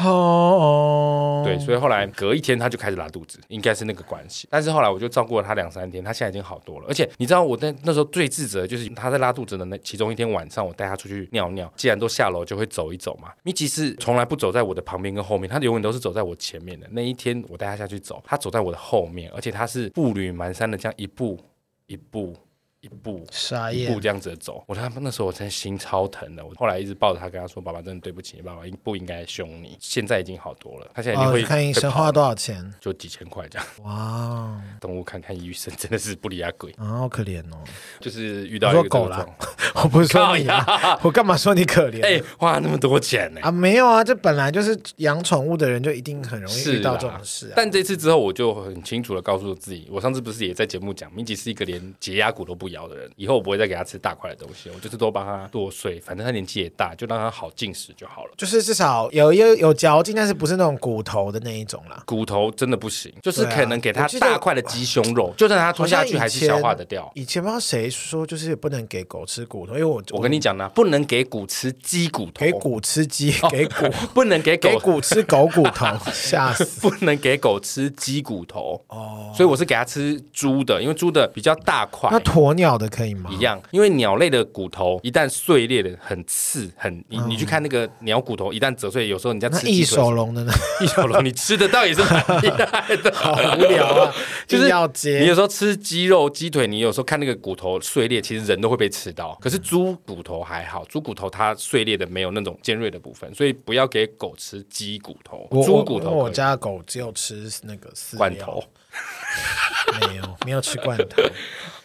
[SPEAKER 1] 哦哦，
[SPEAKER 2] 对，所以后来隔一天他就开始拉肚子，应该是那个关系。但是后来我就照顾了他两三天，他现在已经好多了。而且你知道我在那时候最自责的就是他在拉肚子的那其中一天晚上，我带他出去尿尿，既然都下楼就会走一走嘛。米奇是从来不走在我的旁边跟后面，他永远都是走在我前面的。那一天我带他下去走，他走在我的后面，而且他是步履蹒跚的这样一步一步一步
[SPEAKER 1] 傻
[SPEAKER 2] 一
[SPEAKER 1] 眼
[SPEAKER 2] 步，这样子的走。我他妈那时候我真的心超疼的，我后来一直抱着他跟他说：“爸爸真的对不起，爸爸应不应该凶你？”现在已经好多了，他现在已经
[SPEAKER 1] 哦，
[SPEAKER 2] 会、
[SPEAKER 1] 去看医
[SPEAKER 2] 会
[SPEAKER 1] 生
[SPEAKER 2] 跑
[SPEAKER 1] 花多少钱？
[SPEAKER 2] 就几千块这样，
[SPEAKER 1] 哇，哦
[SPEAKER 2] 动物看看医生真的是不离啊鬼，
[SPEAKER 1] 啊，好可怜 哦！
[SPEAKER 2] 就是遇到一个
[SPEAKER 1] 你说狗啦
[SPEAKER 2] 啦，
[SPEAKER 1] 我不是说你啊，我干嘛说你可怜？
[SPEAKER 2] 哎、花那么多钱呢、
[SPEAKER 1] 啊，没有啊，这本来就是养宠物的人就一定很容易
[SPEAKER 2] 是
[SPEAKER 1] 遇到
[SPEAKER 2] 啦
[SPEAKER 1] 这种事啊。
[SPEAKER 2] 但这次之后，我就很清楚的告诉自己，我上次不是也在节目讲，米奇是一个连洁牙骨都不咬的人，以后我不会再给他吃大块的东西，我就是多帮他剁碎，反正他年纪也大，就让他好进食就好了。
[SPEAKER 1] 就是至少有有有嚼劲，但是不是那种骨头的那一种啦。
[SPEAKER 2] 骨头真的不行，就是
[SPEAKER 1] 对啊
[SPEAKER 2] 可能给他
[SPEAKER 1] 我记得
[SPEAKER 2] 大块的鸡胸肉，就算他
[SPEAKER 1] 好
[SPEAKER 2] 吞
[SPEAKER 1] 像
[SPEAKER 2] 下
[SPEAKER 1] 以
[SPEAKER 2] 去
[SPEAKER 1] 前
[SPEAKER 2] 还是消化得掉。
[SPEAKER 1] 以前不知道谁说就是不能给狗吃骨头，因为我
[SPEAKER 2] 我跟你讲呢，不能给骨吃鸡骨头，
[SPEAKER 1] 给骨吃鸡，给骨
[SPEAKER 2] 不能给哦狗
[SPEAKER 1] 给骨吃狗骨头，吓死！
[SPEAKER 2] 不能给狗吃鸡骨头哦，所以我是给它吃猪的，因为猪的比较大块
[SPEAKER 1] 那。鸵鸟的可以吗
[SPEAKER 2] 一？样，因为鸟类的骨头一旦碎裂的很刺，很你你去看那个鸟骨头一旦折碎，有时候人家
[SPEAKER 1] 嗯那
[SPEAKER 2] 吃
[SPEAKER 1] 异
[SPEAKER 2] 鸡腿
[SPEAKER 1] 手龙的呢？
[SPEAKER 2] 一手龙，你吃得到也是蛮厉害 的，好
[SPEAKER 1] 无聊啊，
[SPEAKER 2] 就是
[SPEAKER 1] 硬要
[SPEAKER 2] 你有
[SPEAKER 1] 接。
[SPEAKER 2] 时候吃鸡肉、鸡腿，你有时候看那个骨头碎裂，其实人都会被吃到。可是猪骨头还好，猪骨头它碎裂的没有那种尖锐的部分，所以不要给狗吃鸡骨头
[SPEAKER 1] 我、
[SPEAKER 2] 猪骨
[SPEAKER 1] 我我
[SPEAKER 2] 头可以、
[SPEAKER 1] 家的狗只有吃那个饲料
[SPEAKER 2] 罐头。，
[SPEAKER 1] 没有没有吃罐头。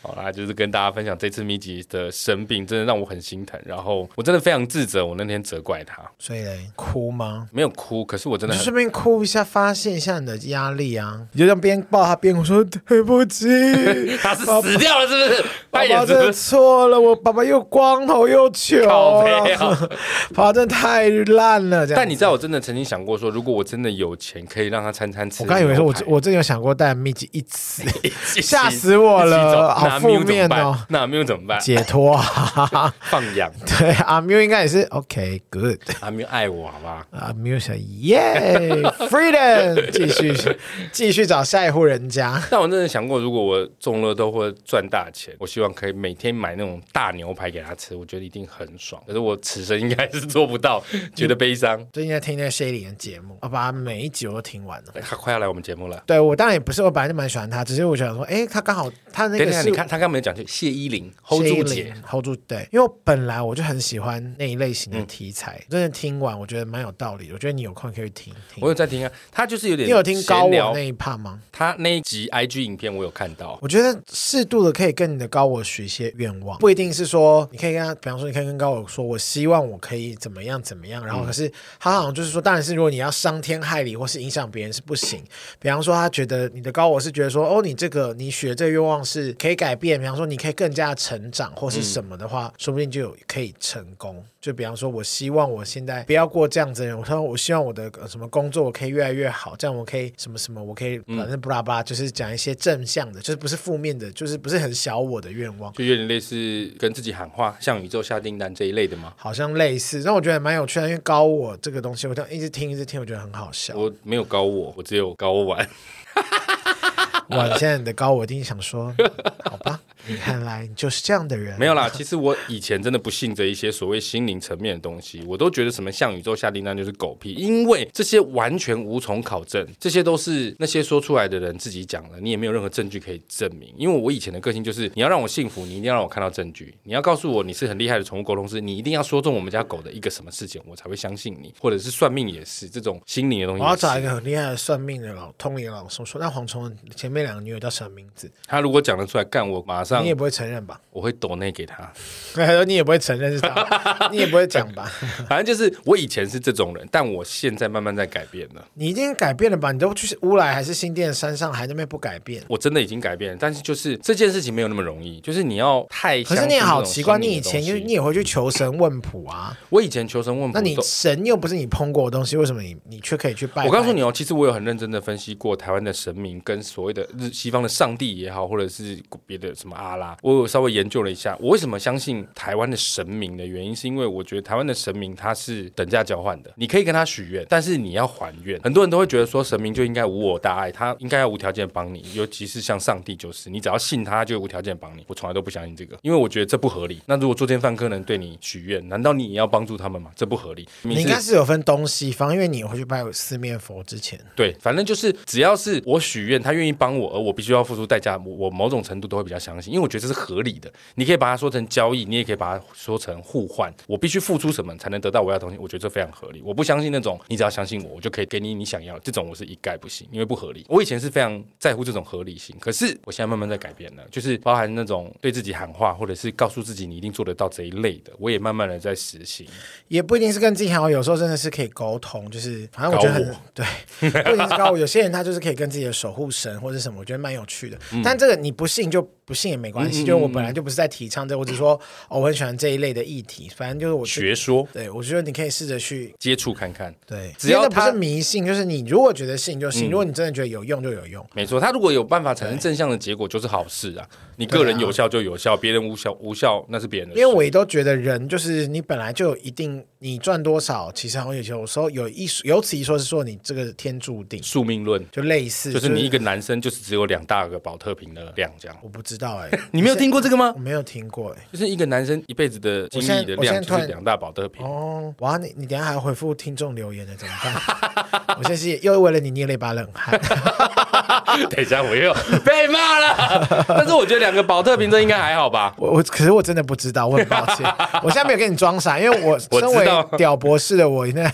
[SPEAKER 2] 好啦，就是跟大家分享这次米吉的生病，真的让我很心疼。然后我真的非常自责，我那天责怪他，
[SPEAKER 1] 所以嘞，哭吗？
[SPEAKER 2] 没有哭，可是我真
[SPEAKER 1] 你
[SPEAKER 2] 的
[SPEAKER 1] 就
[SPEAKER 2] 很。
[SPEAKER 1] 顺便哭一下，发泄一下你的压力啊！你就这样边抱他边说对不 起，
[SPEAKER 2] 他是死掉了，是不是？他
[SPEAKER 1] 爸
[SPEAKER 2] 也
[SPEAKER 1] 爸
[SPEAKER 2] 是
[SPEAKER 1] 真的
[SPEAKER 2] 不是
[SPEAKER 1] 错了，我爸爸又光头又穷、
[SPEAKER 2] 靠背
[SPEAKER 1] 啊，
[SPEAKER 2] 啊？
[SPEAKER 1] 爸爸真的太烂了。这样，
[SPEAKER 2] 但你知道，我真的曾经想过说，如果我真的有钱，可以让他餐餐吃
[SPEAKER 1] 我
[SPEAKER 2] 牛
[SPEAKER 1] 刚
[SPEAKER 2] 排。
[SPEAKER 1] 以为说我 我真的有想过带秘籍一起
[SPEAKER 2] 一起
[SPEAKER 1] 吓死我了
[SPEAKER 2] 一起走
[SPEAKER 1] 好
[SPEAKER 2] 那缪
[SPEAKER 1] 负面哦
[SPEAKER 2] 那缪怎么 办？
[SPEAKER 1] 解脱、 啊。
[SPEAKER 2] 放养，
[SPEAKER 1] 对，阿缪应该也是 OK good，
[SPEAKER 2] 阿缪爱我，好吧？
[SPEAKER 1] 阿缪想耶 freedom，继 续继续找下一户人家。
[SPEAKER 2] 但我真的想过，如果我中了都会赚大钱，我希望可以每天买那种大牛排给他吃，我觉得一定很爽。可是我此生应该是做 不到，觉得悲伤。
[SPEAKER 1] 最近在听那个 Shelly 哦的节目，我把每一集我都听完了。
[SPEAKER 2] 他快要来我们节目了，
[SPEAKER 1] 对我当然也不是，我本来就蛮喜欢他，只是我想说，哎，他刚好他那
[SPEAKER 2] 等
[SPEAKER 1] 个
[SPEAKER 2] 一下，
[SPEAKER 1] 是
[SPEAKER 2] 你看他刚没有讲，就谢依霖 hold
[SPEAKER 1] 谢依
[SPEAKER 2] 住
[SPEAKER 1] 霖
[SPEAKER 2] 姐，
[SPEAKER 1] ，hold 住对，因为我本来我就很喜欢那一类型
[SPEAKER 2] 嗯
[SPEAKER 1] 的题材，真的听完我觉得蛮有道理的，我觉得你有空可以听听
[SPEAKER 2] 我。有在听啊，他就是有点
[SPEAKER 1] 你有听高
[SPEAKER 2] 闲聊
[SPEAKER 1] 我那一 part 吗？
[SPEAKER 2] 他那一集 IG 影片我有看到，
[SPEAKER 1] 我觉得适度的可以跟你的高我许一些愿望，不一定是说你可以跟他，比方说你可以跟高我说，我希望我可以怎么样怎么样，
[SPEAKER 2] 嗯
[SPEAKER 1] 然后可是他好像就是说，当然是如果你要伤天害理或是影响别人是不行。比方说他觉得你的高我是觉得说，哦，你这个你许的这个愿望是可以改变，比方说你可以更加成长或是什么的话，说不定就有可以成功。就比方说，我希望我现在不要过这样子的人，我说我希望我的呃什么工作我可以越来越好，这样我可以什么什么，我可以反正布拉巴，就是讲一些正向的，就是不是负面的，就是不是很小我的愿望。
[SPEAKER 2] 就有点类似跟自己喊话，向宇宙下订单这一类的吗？
[SPEAKER 1] 好像类似，让我觉得蛮有趣的，因为高我这个东西，我这样一直听一直听，我觉得很好笑。
[SPEAKER 2] 我没有高我，我只有高玩。
[SPEAKER 1] 哇，你现在你的高我一定想说，好吧，你看来你就是这样的人。
[SPEAKER 2] 没有啦，其实我以前真的不信这一些所谓心灵层面的东西，我都觉得什么向宇宙下订单就是狗屁，因为这些完全无从考证，这些都是那些说出来的人自己讲的，你也没有任何证据可以证明。因为我以前的个性就是，你要让我幸福，你一定要让我看到证据，你要告诉我你是很厉害的宠物沟通师，你一定要说中我们家狗的一个什么事情，我才会相信你，或者是算命也是这种心灵的东西
[SPEAKER 1] 我要
[SPEAKER 2] 也
[SPEAKER 1] 找一
[SPEAKER 2] 是。
[SPEAKER 1] 个很厉害的算命的老通灵老师说，那蝗虫前面两个女友叫什么名字？
[SPEAKER 2] 他如果讲得出来，干我马上
[SPEAKER 1] 你也不会承认吧？
[SPEAKER 2] 我会抖内给他。
[SPEAKER 1] 他说你也不会承认是 他，你也不会讲吧？
[SPEAKER 2] 反正就是我以前是这种人，但我现在慢慢在改变了。
[SPEAKER 1] 你已经改变了吧？你都去乌来还是新店山上，还那边不改变？
[SPEAKER 2] 我真的已经改变了，但是就是这件事情没有那么容易，就是你要太
[SPEAKER 1] 可
[SPEAKER 2] 相信
[SPEAKER 1] 是你也好
[SPEAKER 2] 这种
[SPEAKER 1] 奇怪，你
[SPEAKER 2] 心
[SPEAKER 1] 以
[SPEAKER 2] 灵的东
[SPEAKER 1] 前
[SPEAKER 2] 西
[SPEAKER 1] 就你也会去求神问卜啊，
[SPEAKER 2] 我以前求神问卜
[SPEAKER 1] 那
[SPEAKER 2] 都，
[SPEAKER 1] 你神又不是你碰过的东西，为什么你你却可以去拜？
[SPEAKER 2] 我告诉你，哦，其实我有很认真的分析过台湾的神明跟所谓的日西方的上帝也好，或者是别的什么阿拉，我有稍微研究了一下，我为什么相信台湾的神明的原因，是因为我觉得台湾的神明他是等价交换的，你可以跟他许愿，但是你要还愿。很多人都会觉得说神明就应该无我大爱，他应该要无条件帮你，尤其是像上帝就是，你只要信他就无条件帮你。我从来都不相信这个，因为我觉得这不合理。那如果作奸犯科能对你许愿，难道你也要帮助他们吗？这不合理。
[SPEAKER 1] 你应该是有分东西方，因为你也会去拜四面佛之前，
[SPEAKER 2] 对，反正就是只要是我许愿，他愿意帮我，而我必须要付出代价，我我某种程度都会比较相信，因为我觉得这是合理的。你可以把它说成交易，你也可以把它说成互换。我必须付出什么才能得到我要的东西，我觉得这非常合理。我不相信那种你只要相信我，我就可以给你你想要的，这种我是一概不信，因为不合理。我以前是非常在乎这种合理性，可是我现在慢慢在改变了，就是包含那种对自己喊话，或者是告诉自己你一定做得到这一类的，我也慢慢的在实行。
[SPEAKER 1] 也不一定是跟自己好，有时候真的是可以沟通，就是反正我觉得很
[SPEAKER 2] 高
[SPEAKER 1] 对，不一定是高我，有些人他就是可以跟自己的守护神或者什么，我觉得蛮有趣的。但这个你不信就不信也没关系，
[SPEAKER 2] 嗯嗯嗯
[SPEAKER 1] 就是我本来就不是在提倡这个，我只说、哦、我很喜欢这一类的议题，反正就是我
[SPEAKER 2] 学说
[SPEAKER 1] 对，我觉得你可以试着去
[SPEAKER 2] 接触看看。
[SPEAKER 1] 对，
[SPEAKER 2] 只要
[SPEAKER 1] 因为那不
[SPEAKER 2] 他嗯
[SPEAKER 1] 是迷信，就是你如果觉得信就信，如果你真的觉得有用就有用。
[SPEAKER 2] 没错，他如果有办法产生正向的结果，就是好事啊。你个人有效就有效，别人无效无效那是别人的
[SPEAKER 1] 啊因
[SPEAKER 2] 事。
[SPEAKER 1] 为我也都觉得人就是你本来就有一定，你赚多少，其实好像有些有时候有一有此一说是说你这个天注定，
[SPEAKER 2] 宿命论
[SPEAKER 1] 就类似
[SPEAKER 2] 就是你一个男生就是只有两大个保特瓶的量这样。
[SPEAKER 1] 我不知道哎、
[SPEAKER 2] 你没有听过这个吗
[SPEAKER 1] 我？没有听过哎、
[SPEAKER 2] 就是一个男生一辈子的经历的
[SPEAKER 1] 我现在
[SPEAKER 2] 量就
[SPEAKER 1] 我现在突
[SPEAKER 2] 是
[SPEAKER 1] 然
[SPEAKER 2] 两大保特瓶。
[SPEAKER 1] 哦，哇，你你等一下还要回复听众留言呢，怎么办？ 我现在是又为了你捏了一把冷汗。
[SPEAKER 2] 等一下我又被骂了， 但是我觉得两个保特瓶这应该还好吧？
[SPEAKER 1] 我我可是我真的不知道，我很抱 歉，我现在没有跟你装傻，因为我身
[SPEAKER 2] 我知道
[SPEAKER 1] 为屌博士的我，那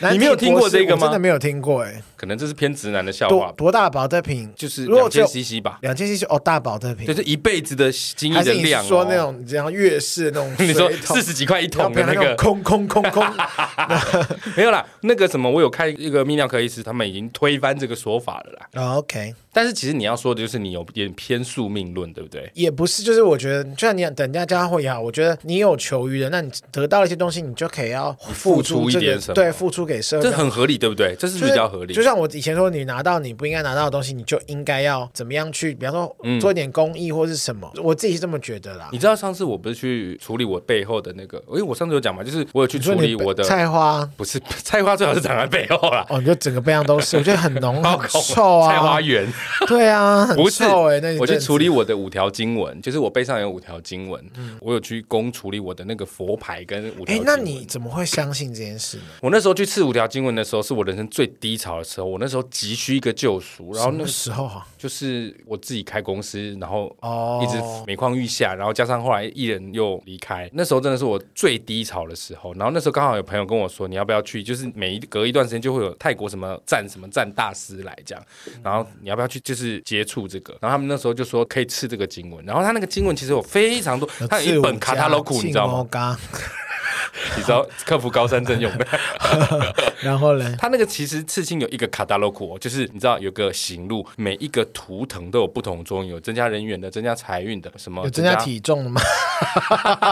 [SPEAKER 1] 男
[SPEAKER 2] 你没有
[SPEAKER 1] 体
[SPEAKER 2] 听过
[SPEAKER 1] 博士
[SPEAKER 2] 这个
[SPEAKER 1] 我真的
[SPEAKER 2] 吗
[SPEAKER 1] 没有听过哎，
[SPEAKER 2] 可能这是偏直男的笑
[SPEAKER 1] 多
[SPEAKER 2] 话，
[SPEAKER 1] 多大的保特瓶？
[SPEAKER 2] 就是
[SPEAKER 1] 如果
[SPEAKER 2] 两
[SPEAKER 1] 只
[SPEAKER 2] 千
[SPEAKER 1] 有
[SPEAKER 2] CC 吧，
[SPEAKER 1] 两千 cc 哦，大保特
[SPEAKER 2] 就
[SPEAKER 1] 瓶，
[SPEAKER 2] 是一辈子的经历
[SPEAKER 1] 还
[SPEAKER 2] 的
[SPEAKER 1] 是你
[SPEAKER 2] 量
[SPEAKER 1] 是
[SPEAKER 2] 哦。
[SPEAKER 1] 说那种这样月式的那种
[SPEAKER 2] 你说
[SPEAKER 1] 水桶
[SPEAKER 2] 四十几块一桶的
[SPEAKER 1] 然后
[SPEAKER 2] 那
[SPEAKER 1] 变成
[SPEAKER 2] 个
[SPEAKER 1] 那种空空空空，
[SPEAKER 2] 没有啦，那个什么，我有看一个泌尿科医师，他们已经推翻这个说法了啦。
[SPEAKER 1] 哦 OK，
[SPEAKER 2] 但是其实你要说的就是你有点偏宿命论，对不对？
[SPEAKER 1] 也不是，就是我觉得，就像你讲等价交换也好，我觉得你有求于人，那你得到了一些东西，你就可以要
[SPEAKER 2] 付出
[SPEAKER 1] 这
[SPEAKER 2] 一点
[SPEAKER 1] 个
[SPEAKER 2] 什么
[SPEAKER 1] 对，付出给社
[SPEAKER 2] 这
[SPEAKER 1] 会。
[SPEAKER 2] 很合理，对不对？这是
[SPEAKER 1] 就
[SPEAKER 2] 比
[SPEAKER 1] 是
[SPEAKER 2] 较合理。
[SPEAKER 1] 就像我以前说，你拿到你不应该拿到的东西，你就应该要怎么样去，比方说
[SPEAKER 2] 嗯
[SPEAKER 1] 做一点公益或是什么，我自己是这么觉得啦。
[SPEAKER 2] 你知道上次我不是去处理我背后的那个，因为我上次有讲嘛，就是我有去
[SPEAKER 1] 你
[SPEAKER 2] 处
[SPEAKER 1] 说你
[SPEAKER 2] 理我的，
[SPEAKER 1] 菜花，
[SPEAKER 2] 不是菜花最好是长在背后啦，
[SPEAKER 1] 哦，你就整个背上都是， 我觉得很浓
[SPEAKER 2] 包
[SPEAKER 1] 很臭啊，
[SPEAKER 2] 菜花园。
[SPEAKER 1] 对啊，很
[SPEAKER 2] 不是
[SPEAKER 1] 臭哎、那一
[SPEAKER 2] 我去
[SPEAKER 1] 阵子
[SPEAKER 2] 处理我的五条经文，就是我背上有五条经文，
[SPEAKER 1] 嗯
[SPEAKER 2] 我有去公处理我的那个佛牌跟五条
[SPEAKER 1] 哎
[SPEAKER 2] 经，文。
[SPEAKER 1] 那你怎么会相信这件事呢？
[SPEAKER 2] 我那时候去刺五条经文的时候，是我人生最低潮的时时候，我那时候急需一个救赎，然后那
[SPEAKER 1] 什么
[SPEAKER 2] 个
[SPEAKER 1] 时候哈、
[SPEAKER 2] 就是我自己开公司，然后
[SPEAKER 1] 哦，
[SPEAKER 2] 一直每况愈下，然后加上后来艺人又离开，那时候真的是我最低潮的时候。然后那时候刚好有朋友跟我说，你要不要去？就是每一隔一段时间就会有泰国什么站什么站大师来这样，然后你要不要去？就是接触这个。然后他们那时候就说可以吃这个经文，然后他那个经文其实有非常多，他有一本卡塔罗库，你知道吗？
[SPEAKER 1] 吗？
[SPEAKER 2] 你知道克服高山症用的。
[SPEAKER 1] 然后嘞，
[SPEAKER 2] 它那个其实刺青有一个卡达洛库，就是你知道有个行路，每一个图腾都有不同的作用，有增加人员的，增加财运的，什么
[SPEAKER 1] 有增加。体重了吗？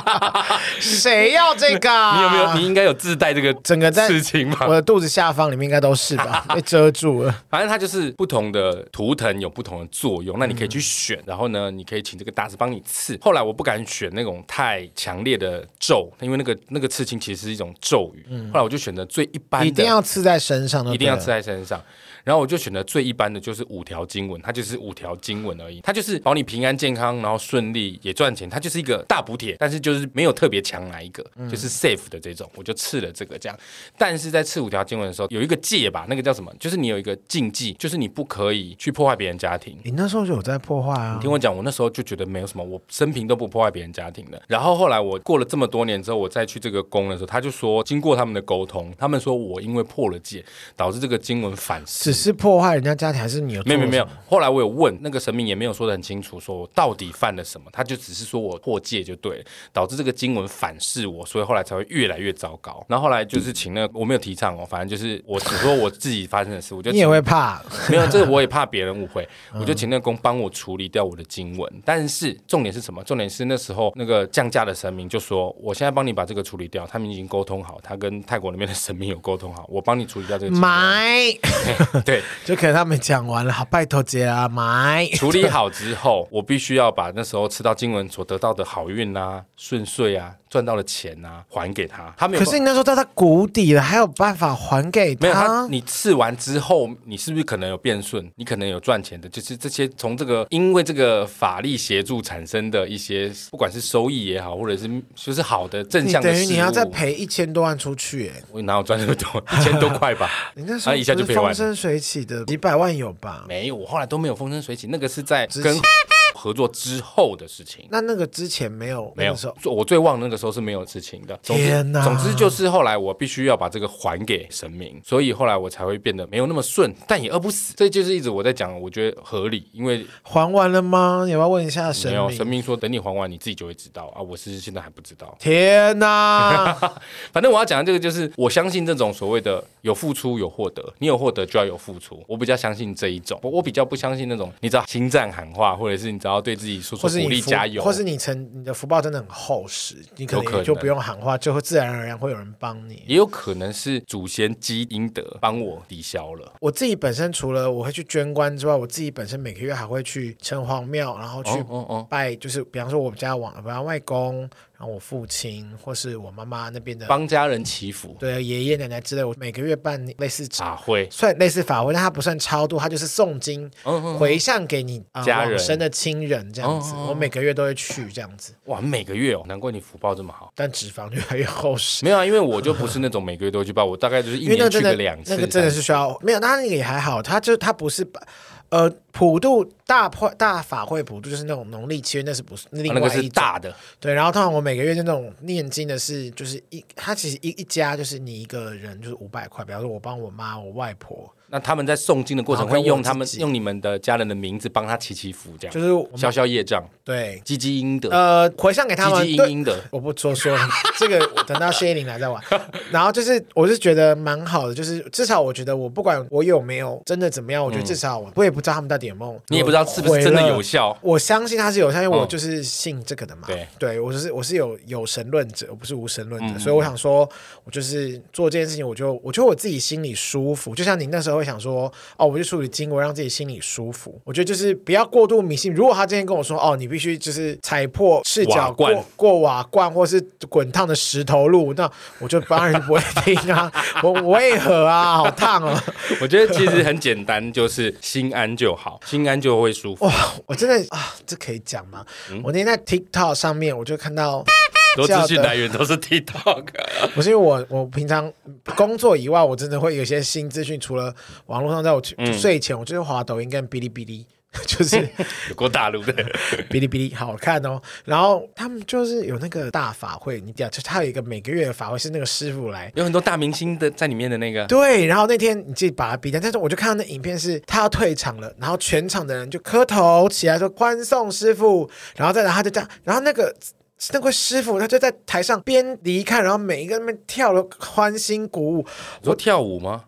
[SPEAKER 1] 谁要这个啊？
[SPEAKER 2] 你有没有？你应该有自带这个
[SPEAKER 1] 整个在
[SPEAKER 2] 刺青
[SPEAKER 1] 我
[SPEAKER 2] 嘛？
[SPEAKER 1] 的肚子下方里面应该都是吧， 被遮住了。
[SPEAKER 2] 反正它就是不同的图腾有不同的作用，那你可以去
[SPEAKER 1] 嗯
[SPEAKER 2] 选。然后呢，你可以请这个大师帮你刺。后来我不敢选那种太强烈的咒，因为那个那个刺青其实是一种咒语。后来我就选择最一般的，
[SPEAKER 1] 嗯一定要刺在身上的，
[SPEAKER 2] 一定要刺。在身上。然后我就选择最一般的，就是五条经文，它就是五条经文而已，它就是保你平安健康，然后顺利也赚钱，它就是一个大补帖，但是就是没有特别强哪一个，就是 safe 的这种，我就刺了这个这样。但是在刺五条经文的时候，有一个戒吧，那个叫什么？就是你有一个禁忌，就是你不可以去破坏别人家庭。
[SPEAKER 1] 你那时候就有在破坏啊
[SPEAKER 2] 你？听我讲，我那时候就觉得没有什么，我生平都不破坏别人家庭的。然后后来我过了这么多年之后，我再去这个宫的时候，他就说，经过他们的沟通，他们说我因为破了戒，导致这个经文反噬
[SPEAKER 1] 只。是破坏人家家庭，还是你有？
[SPEAKER 2] 没有没有没有，，后来我有问那个神明，也没有说的很清楚，说我到底犯了什么，他就只是说我破戒就对了，导致这个经文反噬我，所以后来才会越来越糟糕。然后后来就是请那个我没有提倡哦，反正就是我只说我自己发生的事，我就
[SPEAKER 1] 你也会怕？
[SPEAKER 2] 没有，这个我也怕别人误会，
[SPEAKER 1] 嗯
[SPEAKER 2] 我就请那个公帮我处理掉我的经文。但是重点是什么？重点是那时候那个降价的神明就说，我现在帮你把这个处理掉，他们已经沟通好，他跟泰国那边的神明有沟通好，我帮你处理掉这个经文。
[SPEAKER 1] 买，
[SPEAKER 2] 对，
[SPEAKER 1] 就可能他们讲完了，好，拜托姐啊，买。
[SPEAKER 2] 处理好之后，我必须要把那时候吃到经文所得到的好运啊、顺遂啊、赚到的钱啊还给他。他没有
[SPEAKER 1] 可
[SPEAKER 2] 办法，
[SPEAKER 1] 是你那时候到他谷底了，还有办法还给
[SPEAKER 2] 没有他
[SPEAKER 1] 他，？
[SPEAKER 2] 你刺完之后，你是不是可能有变顺？你可能有赚钱的，就是这些从这个因为这个法力协助产生的一些，不管是收益也好，或者是就是好的正
[SPEAKER 1] 你
[SPEAKER 2] 向的
[SPEAKER 1] 等
[SPEAKER 2] 事
[SPEAKER 1] 于
[SPEAKER 2] 物。
[SPEAKER 1] 你要再赔一千多万出去，哎，
[SPEAKER 2] 我哪有赚那么多？一千多块吧。
[SPEAKER 1] 你那时候
[SPEAKER 2] 啊一下就
[SPEAKER 1] 不是
[SPEAKER 2] 赔完
[SPEAKER 1] 风生水起的，几百万有吧？
[SPEAKER 2] 没有，我后来都没有风生水起，那个是在
[SPEAKER 1] 之
[SPEAKER 2] 跟
[SPEAKER 1] 前
[SPEAKER 2] 合作之后的事情。
[SPEAKER 1] 那那个之前没有，
[SPEAKER 2] 没有
[SPEAKER 1] 那时候，
[SPEAKER 2] 最我最旺的那个时候是没有事情的。总之
[SPEAKER 1] 天哪
[SPEAKER 2] 总之就是后来我必须要把这个还给神明，所以后来我才会变得没有那么顺，但也饿不死。这就是一直我在讲，我觉得合理，因为
[SPEAKER 1] 还完了吗？你要不要问一下神
[SPEAKER 2] 没有
[SPEAKER 1] 明？
[SPEAKER 2] 神明说等你还完你自己就会知道啊，我是现在还不知道。
[SPEAKER 1] 天 哪！
[SPEAKER 2] 反正我要讲的这个就是，我相信这种所谓的有付出有获得，你有获得就要有付出，我比较相信这一种，我我比较不相信那种你只要心战喊话，或者是你只要对自己说
[SPEAKER 1] 或
[SPEAKER 2] 说
[SPEAKER 1] 是
[SPEAKER 2] 鼓
[SPEAKER 1] 你
[SPEAKER 2] 励
[SPEAKER 1] 福
[SPEAKER 2] 加油，
[SPEAKER 1] 或是你成你的福报真的很厚实，你可
[SPEAKER 2] 有可
[SPEAKER 1] 能也就
[SPEAKER 2] 能
[SPEAKER 1] 不用喊话，就会自然而然会有人帮 你。
[SPEAKER 2] 也有可能是祖先积阴德帮我抵消了。
[SPEAKER 1] 我自己本身除了我会去捐官之外，我自己本身每个月还会去城隍庙，然后去
[SPEAKER 2] 哦哦哦
[SPEAKER 1] 拜，就是比方说我们家往，比方外公，然后我父亲或是我妈妈那边的，
[SPEAKER 2] 帮家人祈福
[SPEAKER 1] 对爷爷奶奶之类，我每个月办类似
[SPEAKER 2] 法会，
[SPEAKER 1] 算类似法会，但它不算超度，它就是诵经
[SPEAKER 2] 嗯嗯，
[SPEAKER 1] 回向给你啊
[SPEAKER 2] 家人
[SPEAKER 1] 往生的亲人这样子。
[SPEAKER 2] 哦哦哦
[SPEAKER 1] 我每个月都会去这样子，
[SPEAKER 2] 哇，每个月哦，难怪你福报这么好。
[SPEAKER 1] 但脂肪越来越厚实。
[SPEAKER 2] 没有啊，因为我就不是那种每个月都去报，我大概就是 一
[SPEAKER 1] 因为那
[SPEAKER 2] 年
[SPEAKER 1] 个
[SPEAKER 2] 去
[SPEAKER 1] 真
[SPEAKER 2] 个
[SPEAKER 1] 的
[SPEAKER 2] 两次。
[SPEAKER 1] 那个真的是需要没有，那那个也还好，他就他不是呃普渡大破大法会普渡就是那种农历七月，那是不是另
[SPEAKER 2] 啊
[SPEAKER 1] 外一
[SPEAKER 2] 那
[SPEAKER 1] 种、
[SPEAKER 2] 个是大的，
[SPEAKER 1] 对，然后通常我每个月就那种念经的是，就是一他其实一一家就是你一个人就是五百块，比方说我帮我妈我外婆，
[SPEAKER 2] 那他们在诵经的过程
[SPEAKER 1] 然后
[SPEAKER 2] 会
[SPEAKER 1] 跟
[SPEAKER 2] 用
[SPEAKER 1] 我
[SPEAKER 2] 他
[SPEAKER 1] 自
[SPEAKER 2] 们
[SPEAKER 1] 己
[SPEAKER 2] 用你们的家人的名字帮他祈祈福，这样
[SPEAKER 1] 就是我
[SPEAKER 2] 消消业障，
[SPEAKER 1] 对
[SPEAKER 2] 积积阴德，
[SPEAKER 1] 呃回向给他们
[SPEAKER 2] 积积阴
[SPEAKER 1] 对
[SPEAKER 2] 阴德。
[SPEAKER 1] 我不多说，这个我等到谢依霖来再玩。然后就是，我是觉得蛮好的，就是至少我觉得我不管我有没有真的怎么样，我觉得至少我我也不知道他们到底有没有，
[SPEAKER 2] 嗯你也不知道是不是真的有。效。
[SPEAKER 1] 我相信他是有效，因为我
[SPEAKER 2] 嗯
[SPEAKER 1] 就是信这个的嘛。
[SPEAKER 2] 对，嗯
[SPEAKER 1] 我就是我是有有神论者，我不是无神论者，所以我想说，我就是做这件事情，我就我觉得我自己心里舒服。就像你那时候会想说，哦，我就处理经文，让自己心里舒服。我觉得就是不要过度迷信。如果他今天跟我说，哦，你必须就是踩破赤
[SPEAKER 2] 瓦
[SPEAKER 1] 脚
[SPEAKER 2] 罐
[SPEAKER 1] 过过瓦罐，或是滚烫的石头路，那我就当然不会听啊。 我我为何啊？好烫哦！
[SPEAKER 2] 我觉得其实很简单，就是心安就好，心安就会舒服。嗯
[SPEAKER 1] 哇，我真的啊，这可以讲吗？我那天在 TikTok 上面，我就看到
[SPEAKER 2] 多
[SPEAKER 1] 笑
[SPEAKER 2] 资讯
[SPEAKER 1] 的
[SPEAKER 2] 来源都是 TikTok，
[SPEAKER 1] 不是因为我我平常工作以外，我真的会有一些新资讯，除了网络上，在我去
[SPEAKER 2] 嗯
[SPEAKER 1] 睡前，我就是滑抖音跟哔哩哔哩。 就是
[SPEAKER 2] 有过大陆的，
[SPEAKER 1] 哔哩哔哩好看哦，然后他们就是有那个大法会，你讲就他有一个每个月的法会是那个师傅来，
[SPEAKER 2] 有很多大明星的在里面的那个，
[SPEAKER 1] 对，然后那天你自己把他逼掉，但是我就看到那影片是他要退场了，然后全场的人就磕头起来说欢送师傅，然后再然后他就这样，然后那个。那位师傅他就在台上边离开，然后每一个人在那边跳了欢欣鼓舞，
[SPEAKER 2] 你说跳舞吗？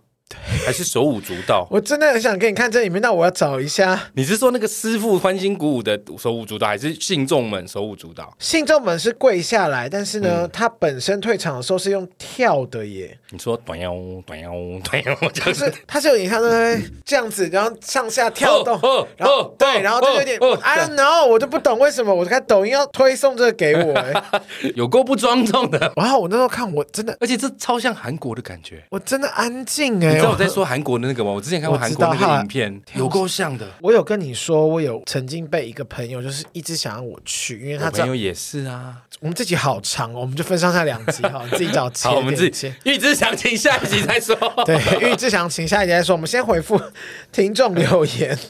[SPEAKER 2] 还是手舞足蹈？
[SPEAKER 1] 我真的很想给你看这影片，但我要找一下。
[SPEAKER 2] 你是说那个师傅欢欣鼓舞的手舞足蹈，还是信众们手舞足蹈？
[SPEAKER 1] 信众们是跪下来，但是
[SPEAKER 2] 嗯
[SPEAKER 1] 呢，他本身退场的时候是用跳的耶，
[SPEAKER 2] 你说短腰短腰短腰，就
[SPEAKER 1] 就是是他是有点像在这样子，然后上下跳动，
[SPEAKER 2] 哦哦
[SPEAKER 1] 然后
[SPEAKER 2] 哦
[SPEAKER 1] 对，然后就有点
[SPEAKER 2] 哦哦
[SPEAKER 1] I don't know，我就不懂为什么我看抖音要推送这个给我哎，
[SPEAKER 2] 有够不庄重的，
[SPEAKER 1] 然后我那时候看我真的
[SPEAKER 2] 而且这超像韩国的感觉。
[SPEAKER 1] 我真的安静
[SPEAKER 2] 你
[SPEAKER 1] 哎
[SPEAKER 2] 知，道我在说韩国的那个吗？我之前看过
[SPEAKER 1] 我
[SPEAKER 2] 韩
[SPEAKER 1] 知
[SPEAKER 2] 国
[SPEAKER 1] 道
[SPEAKER 2] 那个
[SPEAKER 1] 哈
[SPEAKER 2] 影片，有够像的。
[SPEAKER 1] 我有跟你说，我有曾经被一个朋友就是一直想要我去，因为他
[SPEAKER 2] 我
[SPEAKER 1] 知道
[SPEAKER 2] 朋友也是啊。
[SPEAKER 1] 我们这集好长哦，我们就分上下两集哈，你自己找切
[SPEAKER 2] 好，我们自
[SPEAKER 1] 点切
[SPEAKER 2] 己预知详情，下一集再说。
[SPEAKER 1] 对，预知详情下一集再说。我们先回复 听众留言。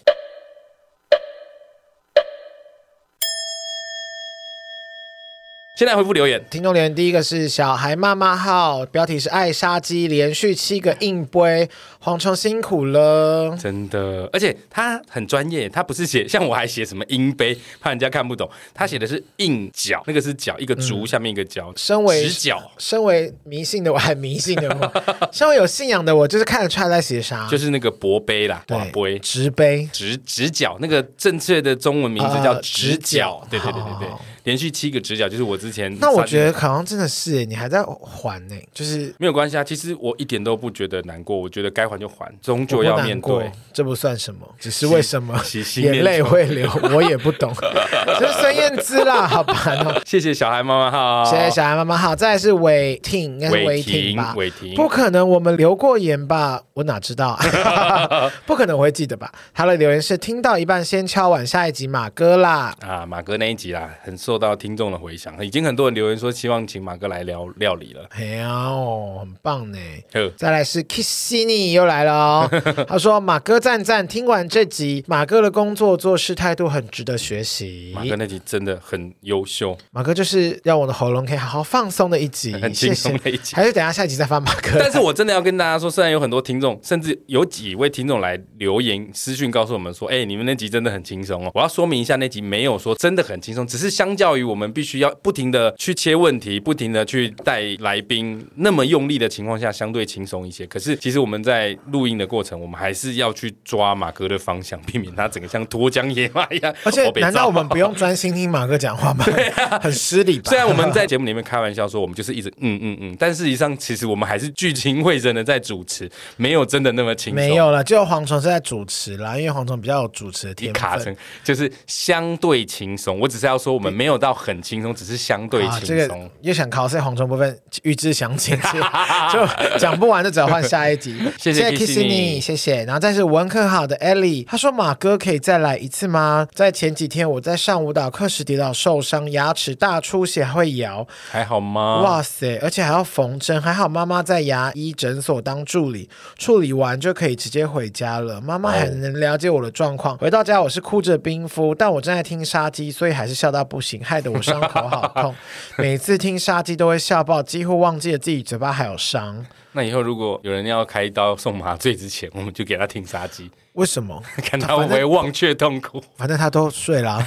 [SPEAKER 2] 现在回复留言。
[SPEAKER 1] 听众留言第一个是小孩妈妈号，标题是爱杀鸡，连续七个硬杯，蝗虫辛苦了。
[SPEAKER 2] 真的，而且他很专业，他不是写像我还写什么音杯，怕人家看不懂。他写的是硬角，那个是角，一个竹、下面一个角，
[SPEAKER 1] 嗯身为啊
[SPEAKER 2] 直角，
[SPEAKER 1] 身为迷信的我，还迷信的 我，身为有信仰的我，就是看得出来在写啥，
[SPEAKER 2] 就是那个薄杯啦，瓦
[SPEAKER 1] 对
[SPEAKER 2] 杯，
[SPEAKER 1] 直杯。
[SPEAKER 2] 直直角。那个正确的中文名字叫
[SPEAKER 1] 呃
[SPEAKER 2] 直角。
[SPEAKER 1] 直角
[SPEAKER 2] 对对对对对
[SPEAKER 1] 好，
[SPEAKER 2] 连续七个直角，就是我之前
[SPEAKER 1] 那我
[SPEAKER 2] 上
[SPEAKER 1] 觉得好像真的是耶，你还在还呢，就是
[SPEAKER 2] 没有关系啊。其实我一点都不觉得难过，我觉得该还就还，终
[SPEAKER 1] 我
[SPEAKER 2] 究
[SPEAKER 1] 不
[SPEAKER 2] 要面
[SPEAKER 1] 难过
[SPEAKER 2] 对。，
[SPEAKER 1] 这不算什么，只是为什么
[SPEAKER 2] 喜新
[SPEAKER 1] 眼
[SPEAKER 2] 厌
[SPEAKER 1] 泪
[SPEAKER 2] 旧
[SPEAKER 1] 会流，我也不 懂，就是孙燕姿啦，好烦哦。
[SPEAKER 2] 谢谢小孩妈妈哈，
[SPEAKER 1] 谢谢小孩妈妈好，再来是伟婷，应该是
[SPEAKER 2] 伟
[SPEAKER 1] 伟
[SPEAKER 2] 婷
[SPEAKER 1] 婷吧？
[SPEAKER 2] 伟婷
[SPEAKER 1] 不可能，我们留过言吧？我哪知 道？不可能我会记得吧？他的留言是听到一半先敲碗下一集马哥啦。
[SPEAKER 2] 啊，马哥那一集啦，很受到听众的回响，已经很多人留言说希望请马哥来聊料理了。
[SPEAKER 1] 哎呀哦，很棒呢。
[SPEAKER 2] 呵
[SPEAKER 1] 再来是 Kissini 又来了 哦，他说马哥赞赞，听完这集，马哥的工作做事态度很值得学习。
[SPEAKER 2] 马哥那集真的很优秀，
[SPEAKER 1] 马哥就是让我的喉咙可以好好放松的一集，
[SPEAKER 2] 很
[SPEAKER 1] 谢
[SPEAKER 2] 轻
[SPEAKER 1] 谢
[SPEAKER 2] 松。的一集。
[SPEAKER 1] 还是等一下下一集再发马哥。
[SPEAKER 2] 但是我真的要跟大家说，虽然有很多听众，甚至有几位听众来留言私讯告诉我们说，哎、你们那集真的很轻松哦。我要说明一下，那集没有说真的很轻松，只是相较于我们必须要不停的去切问题，不停的去带来宾那么用力的情况下，相对轻松一些。可是其实我们在录音的过程，我们还是要去抓马哥的方向，避免他整个像脱缰野马一样。
[SPEAKER 1] 而且
[SPEAKER 2] 哦，被
[SPEAKER 1] 难道
[SPEAKER 2] 抓
[SPEAKER 1] 我们不用专心听马哥讲话 吗？ 很失礼吧
[SPEAKER 2] 啊虽？然我们在节目里面开玩笑说我们就是一直嗯嗯嗯，但事实上其实我们还是聚精会神的在主持，没有真的那么轻松。
[SPEAKER 1] 没有了，只有蝗虫是在主持啦，因为蝗虫比较有主持的
[SPEAKER 2] 你
[SPEAKER 1] 天
[SPEAKER 2] 卡
[SPEAKER 1] 分
[SPEAKER 2] 成就是相对轻松，我只是要说我们没有到很轻松，只是相对
[SPEAKER 1] 啊。这
[SPEAKER 2] 轻松。
[SPEAKER 1] 个又想考试蝗虫部分预知详 情，就讲不完，就只好换下一集。
[SPEAKER 2] 谢谢
[SPEAKER 1] Kissini，
[SPEAKER 2] Kissini
[SPEAKER 1] 谢谢。然后再是文科好的 Ellie，他说马哥可以再来一次吗？在前几天我在上舞蹈课时跌倒受伤，牙齿大出血还会摇，
[SPEAKER 2] 还好吗？
[SPEAKER 1] 哇塞！而且还要缝针，还好妈妈在牙医诊所当助理，处理完就可以直接回家了。妈
[SPEAKER 2] 哦
[SPEAKER 1] 妈很能了解我的状况。回到家我是哭着冰敷，但我正在听杀鸡，所以还是笑到不行，害得我伤口好 痛。每次听杀鸡都会笑爆，几乎忘记了自己嘴巴还有伤。
[SPEAKER 2] 那以后如果有人要开刀送麻醉之前，我们就给他听杀 鸡，
[SPEAKER 1] 为什么？
[SPEAKER 2] 看他会不会忘却 痛苦。
[SPEAKER 1] 反正他都睡 了啊、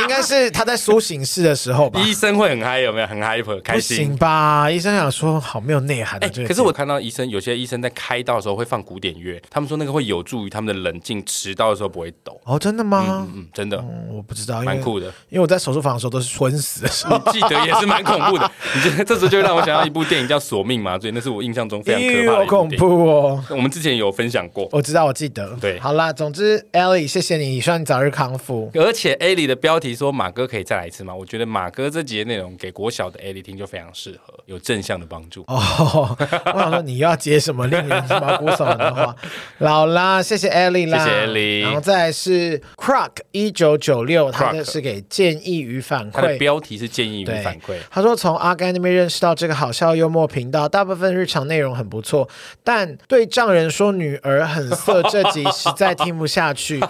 [SPEAKER 1] 应该是他在苏醒室的时候吧。
[SPEAKER 2] 医生会很嗨，有没有？很 hyper，
[SPEAKER 1] 不
[SPEAKER 2] 开
[SPEAKER 1] 行
[SPEAKER 2] 心。
[SPEAKER 1] 吧？医生想说好没有内涵的、
[SPEAKER 2] 哎、
[SPEAKER 1] 这个
[SPEAKER 2] 可是
[SPEAKER 1] 节目
[SPEAKER 2] 我看到医生，有些医生在开刀的时候会放古典乐，他们说那个会有助于他们的冷静，持刀的时候不会抖。
[SPEAKER 1] 哦，真的吗
[SPEAKER 2] 嗯？嗯，真的
[SPEAKER 1] 嗯我不知道，因
[SPEAKER 2] 蛮
[SPEAKER 1] 为
[SPEAKER 2] 酷的，
[SPEAKER 1] 因为我在手术房的时候都是昏
[SPEAKER 2] 嗯
[SPEAKER 1] 死的时候。
[SPEAKER 2] 你记得也是蛮恐怖的。你这这时候就让我想到一部电影叫《索命麻醉》，那是我印象 中非常
[SPEAKER 1] 咦，
[SPEAKER 2] 可怕
[SPEAKER 1] 好
[SPEAKER 2] 的
[SPEAKER 1] 恐
[SPEAKER 2] 一部电影。
[SPEAKER 1] 怖哦！
[SPEAKER 2] 我们之前有分享过，
[SPEAKER 1] 我知道，我记得。
[SPEAKER 2] 对
[SPEAKER 1] 好啦，总之，Ellie，谢谢你，希望你早日康复。
[SPEAKER 2] 而且 A 里的标题说马哥可以再来一次吗？我觉得马哥这集的内容给国小的 A 里听就非常适合，有正向的帮助。
[SPEAKER 1] 哦， 我想说你又要接什么令人毛骨悚然的 话？老啦，谢谢 Ellie 啦，
[SPEAKER 2] 谢谢 Ellie
[SPEAKER 1] 然后再来是 Croc 一九九六，他
[SPEAKER 2] Croc
[SPEAKER 1] 的是给建议与反
[SPEAKER 2] 他的
[SPEAKER 1] 馈。
[SPEAKER 2] 标题是建议与
[SPEAKER 1] 对
[SPEAKER 2] 反馈，
[SPEAKER 1] 他说：“从阿甘那边认识到这个好笑幽默频道，大部分日常内容很不错，但对丈人说女儿很色这集实在听不下 去。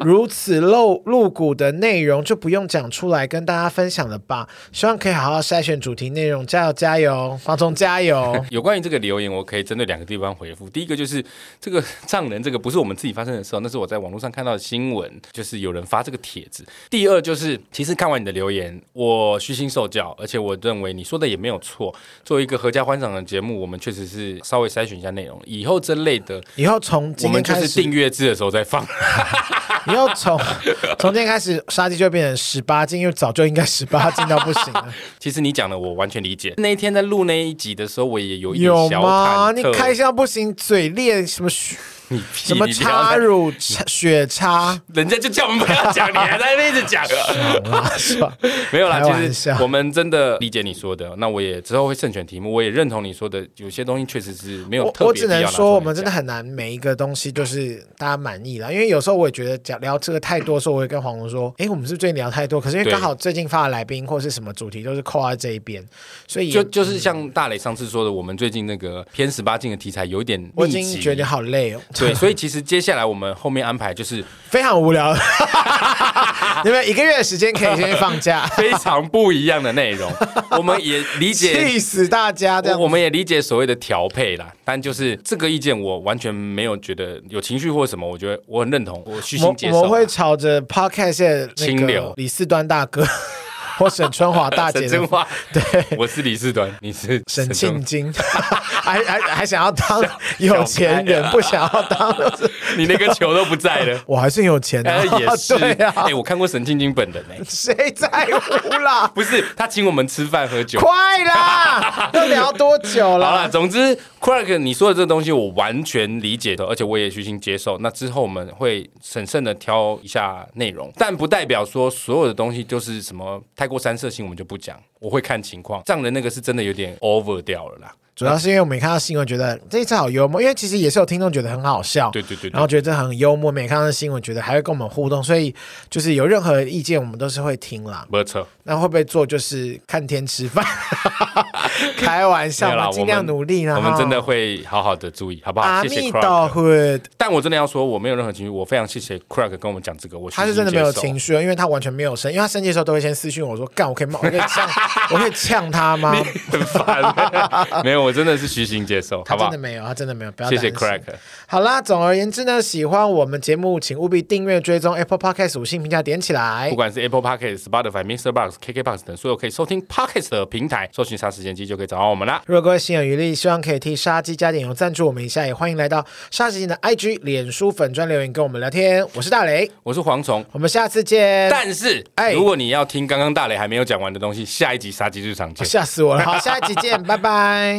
[SPEAKER 1] 如此露露骨的内容就不用讲出来跟大家分享了吧。希望可以好好筛选主题内容，加油加油，方中加
[SPEAKER 2] ！
[SPEAKER 1] 油
[SPEAKER 2] 有关于这个留言，我可以针对两个地方回复。第一个就是这个丈人，这个不是我们自己发生的事哦，那是我在网络上看到的新闻，就是有人发这个帖子。第二就是，其实看完你的留言，我虚心受教，而且我认为你说的也没有错。作为一个合家欢赏的节目，我们确实是稍微筛选一下内容，以后这类的。
[SPEAKER 1] 以后从
[SPEAKER 2] 我
[SPEAKER 1] 今
[SPEAKER 2] 们
[SPEAKER 1] 天
[SPEAKER 2] 就
[SPEAKER 1] 开
[SPEAKER 2] 是
[SPEAKER 1] 始
[SPEAKER 2] 订，阅制的时候再放，
[SPEAKER 1] 以后从从今天开始，杀鸡就变成十八禁，因为早就应该十八禁到不行了，
[SPEAKER 2] 其实你讲的我完全理解。那一天在录那一集的时候，我也 有一点
[SPEAKER 1] 有
[SPEAKER 2] 小
[SPEAKER 1] 吗？
[SPEAKER 2] 忐忑。
[SPEAKER 1] 你开心到不行，嘴裂什么血
[SPEAKER 2] 你屁
[SPEAKER 1] 什么
[SPEAKER 2] 你不要
[SPEAKER 1] 插
[SPEAKER 2] 再
[SPEAKER 1] 入插血 插，
[SPEAKER 2] 人家就叫我们不要讲，你还在那边一直 讲。啊
[SPEAKER 1] 是吧？
[SPEAKER 2] 没有啦，
[SPEAKER 1] 开玩
[SPEAKER 2] 其
[SPEAKER 1] 笑
[SPEAKER 2] 实我们真的理解你说的，那我也之后会慎选题目，我也认同你说的，有些东西确实是没有
[SPEAKER 1] 我
[SPEAKER 2] 特别
[SPEAKER 1] 我只
[SPEAKER 2] 必要
[SPEAKER 1] 能
[SPEAKER 2] 拿出来
[SPEAKER 1] 说，我们真的
[SPEAKER 2] 讲
[SPEAKER 1] 很难每一个东西就是大家满意了，因为有时候我也觉得讲聊这个太多的时候，我会跟黄龙说，诶，我们是不是最近聊太多？可是因为
[SPEAKER 2] 对
[SPEAKER 1] 刚好最近发的来宾或是什么主题都是扣在这一边，所以
[SPEAKER 2] 就就是像大磊上次说的，我们最近那个偏十八禁的题材有一点
[SPEAKER 1] 我已
[SPEAKER 2] 密
[SPEAKER 1] 经
[SPEAKER 2] 集
[SPEAKER 1] 觉得好累哦。
[SPEAKER 2] 对，所以其实接下来我们后面安排就是，
[SPEAKER 1] 非常无聊，你们一个月的时间可以先放假
[SPEAKER 2] 非常不一样的 内容，我们也 理解
[SPEAKER 1] 气死大家这样
[SPEAKER 2] 我我
[SPEAKER 1] 子。
[SPEAKER 2] 们也理解所谓的调配啦，但就是这个意见，我完全没有觉得有情绪或什么，我觉得我很认同，我虚
[SPEAKER 1] 我
[SPEAKER 2] 心接
[SPEAKER 1] 我
[SPEAKER 2] 受
[SPEAKER 1] 们
[SPEAKER 2] 啦。
[SPEAKER 1] 会朝着 podcast 的那
[SPEAKER 2] 清
[SPEAKER 1] 个
[SPEAKER 2] 流
[SPEAKER 1] 李四端大哥 或沈春华大姐
[SPEAKER 2] 沈
[SPEAKER 1] 的
[SPEAKER 2] 真话，
[SPEAKER 1] 对
[SPEAKER 2] 我是李世端，你是
[SPEAKER 1] 沈
[SPEAKER 2] 真
[SPEAKER 1] 庆金， 还还还想要当有钱人，
[SPEAKER 2] 啊
[SPEAKER 1] 不想要当，。
[SPEAKER 2] 你那个球都不在 了
[SPEAKER 1] 我还是有钱的、
[SPEAKER 2] 哎，也是，
[SPEAKER 1] 啊 对啊呀、
[SPEAKER 2] 哎、我看过沈晶晶本人哎、
[SPEAKER 1] 谁在乎啦？
[SPEAKER 2] 不是他请我们吃饭喝酒。
[SPEAKER 1] 快啦， 要聊多久
[SPEAKER 2] 好了，
[SPEAKER 1] 了？
[SPEAKER 2] 总之 c r a c k 你说的这个东西我完全理解的，而且我也虚心接受。那之后我们会审慎的挑一下内容，但不代表说所有的东西就是什么太过三色性，我们就不讲。我会看情况，丈人那个是真的有点 over 掉了啦。
[SPEAKER 1] 主要是因为我们看到新闻，觉得这一次好幽默，因为其实也是有听众觉得很好笑，
[SPEAKER 2] 对对对
[SPEAKER 1] 然
[SPEAKER 2] 对
[SPEAKER 1] 后觉得很幽默，每看到新闻觉得还会跟我们互动，所以就是有任何意见我们都是会听啦。
[SPEAKER 2] 没错。
[SPEAKER 1] 那会不会做就是看天吃 饭？开玩笑，
[SPEAKER 2] 没有啦
[SPEAKER 1] 们尽量努力啦。
[SPEAKER 2] 我们真的
[SPEAKER 1] 哈
[SPEAKER 2] 会好好的注意，好不好？
[SPEAKER 1] 阿
[SPEAKER 2] 谢谢
[SPEAKER 1] 弥
[SPEAKER 2] c r a
[SPEAKER 1] 陀
[SPEAKER 2] c k
[SPEAKER 1] 佛。
[SPEAKER 2] 但我真的要说，我没有任何情绪，我非常谢谢 c r a c k 跟我们讲这个，我
[SPEAKER 1] 他是真的没有情
[SPEAKER 2] 绪。
[SPEAKER 1] 绪，因为他完全没有生，因为他生气的时候都会先私讯 我说：“干，我可以骂，我可以呛，我可以呛他吗
[SPEAKER 2] 很 烦，没有，我真的是虚心接受，？”
[SPEAKER 1] 他
[SPEAKER 2] 好
[SPEAKER 1] 真
[SPEAKER 2] 不好
[SPEAKER 1] 的？没有，他真的没有，不要
[SPEAKER 2] 谢谢
[SPEAKER 1] 担心
[SPEAKER 2] Crack。
[SPEAKER 1] 好啦，总而言之呢，喜欢我们节目，请务必订阅、追踪 Apple Podcast 五星评价点起来
[SPEAKER 2] 不。管是 Apple Podcast、Spotify、Mr. Box、KKBox 等所有可以收听 Podcast 的平台，搜寻“杀时间机”就可以找到我们啦。
[SPEAKER 1] 如果各位心有余力，希望可以替杀鸡加点油赞助我们一下，也欢迎来到杀鸡的 IG、脸书粉专留言跟我们聊天。我是大雷，
[SPEAKER 2] 我是蝗虫。
[SPEAKER 1] 我们下次见。
[SPEAKER 2] 但是，
[SPEAKER 1] 哎
[SPEAKER 2] 如果你要听刚刚大雷还没有讲完的东西，下一集《杀鸡日常》见。
[SPEAKER 1] 吓死我了！好，下一集见，拜拜。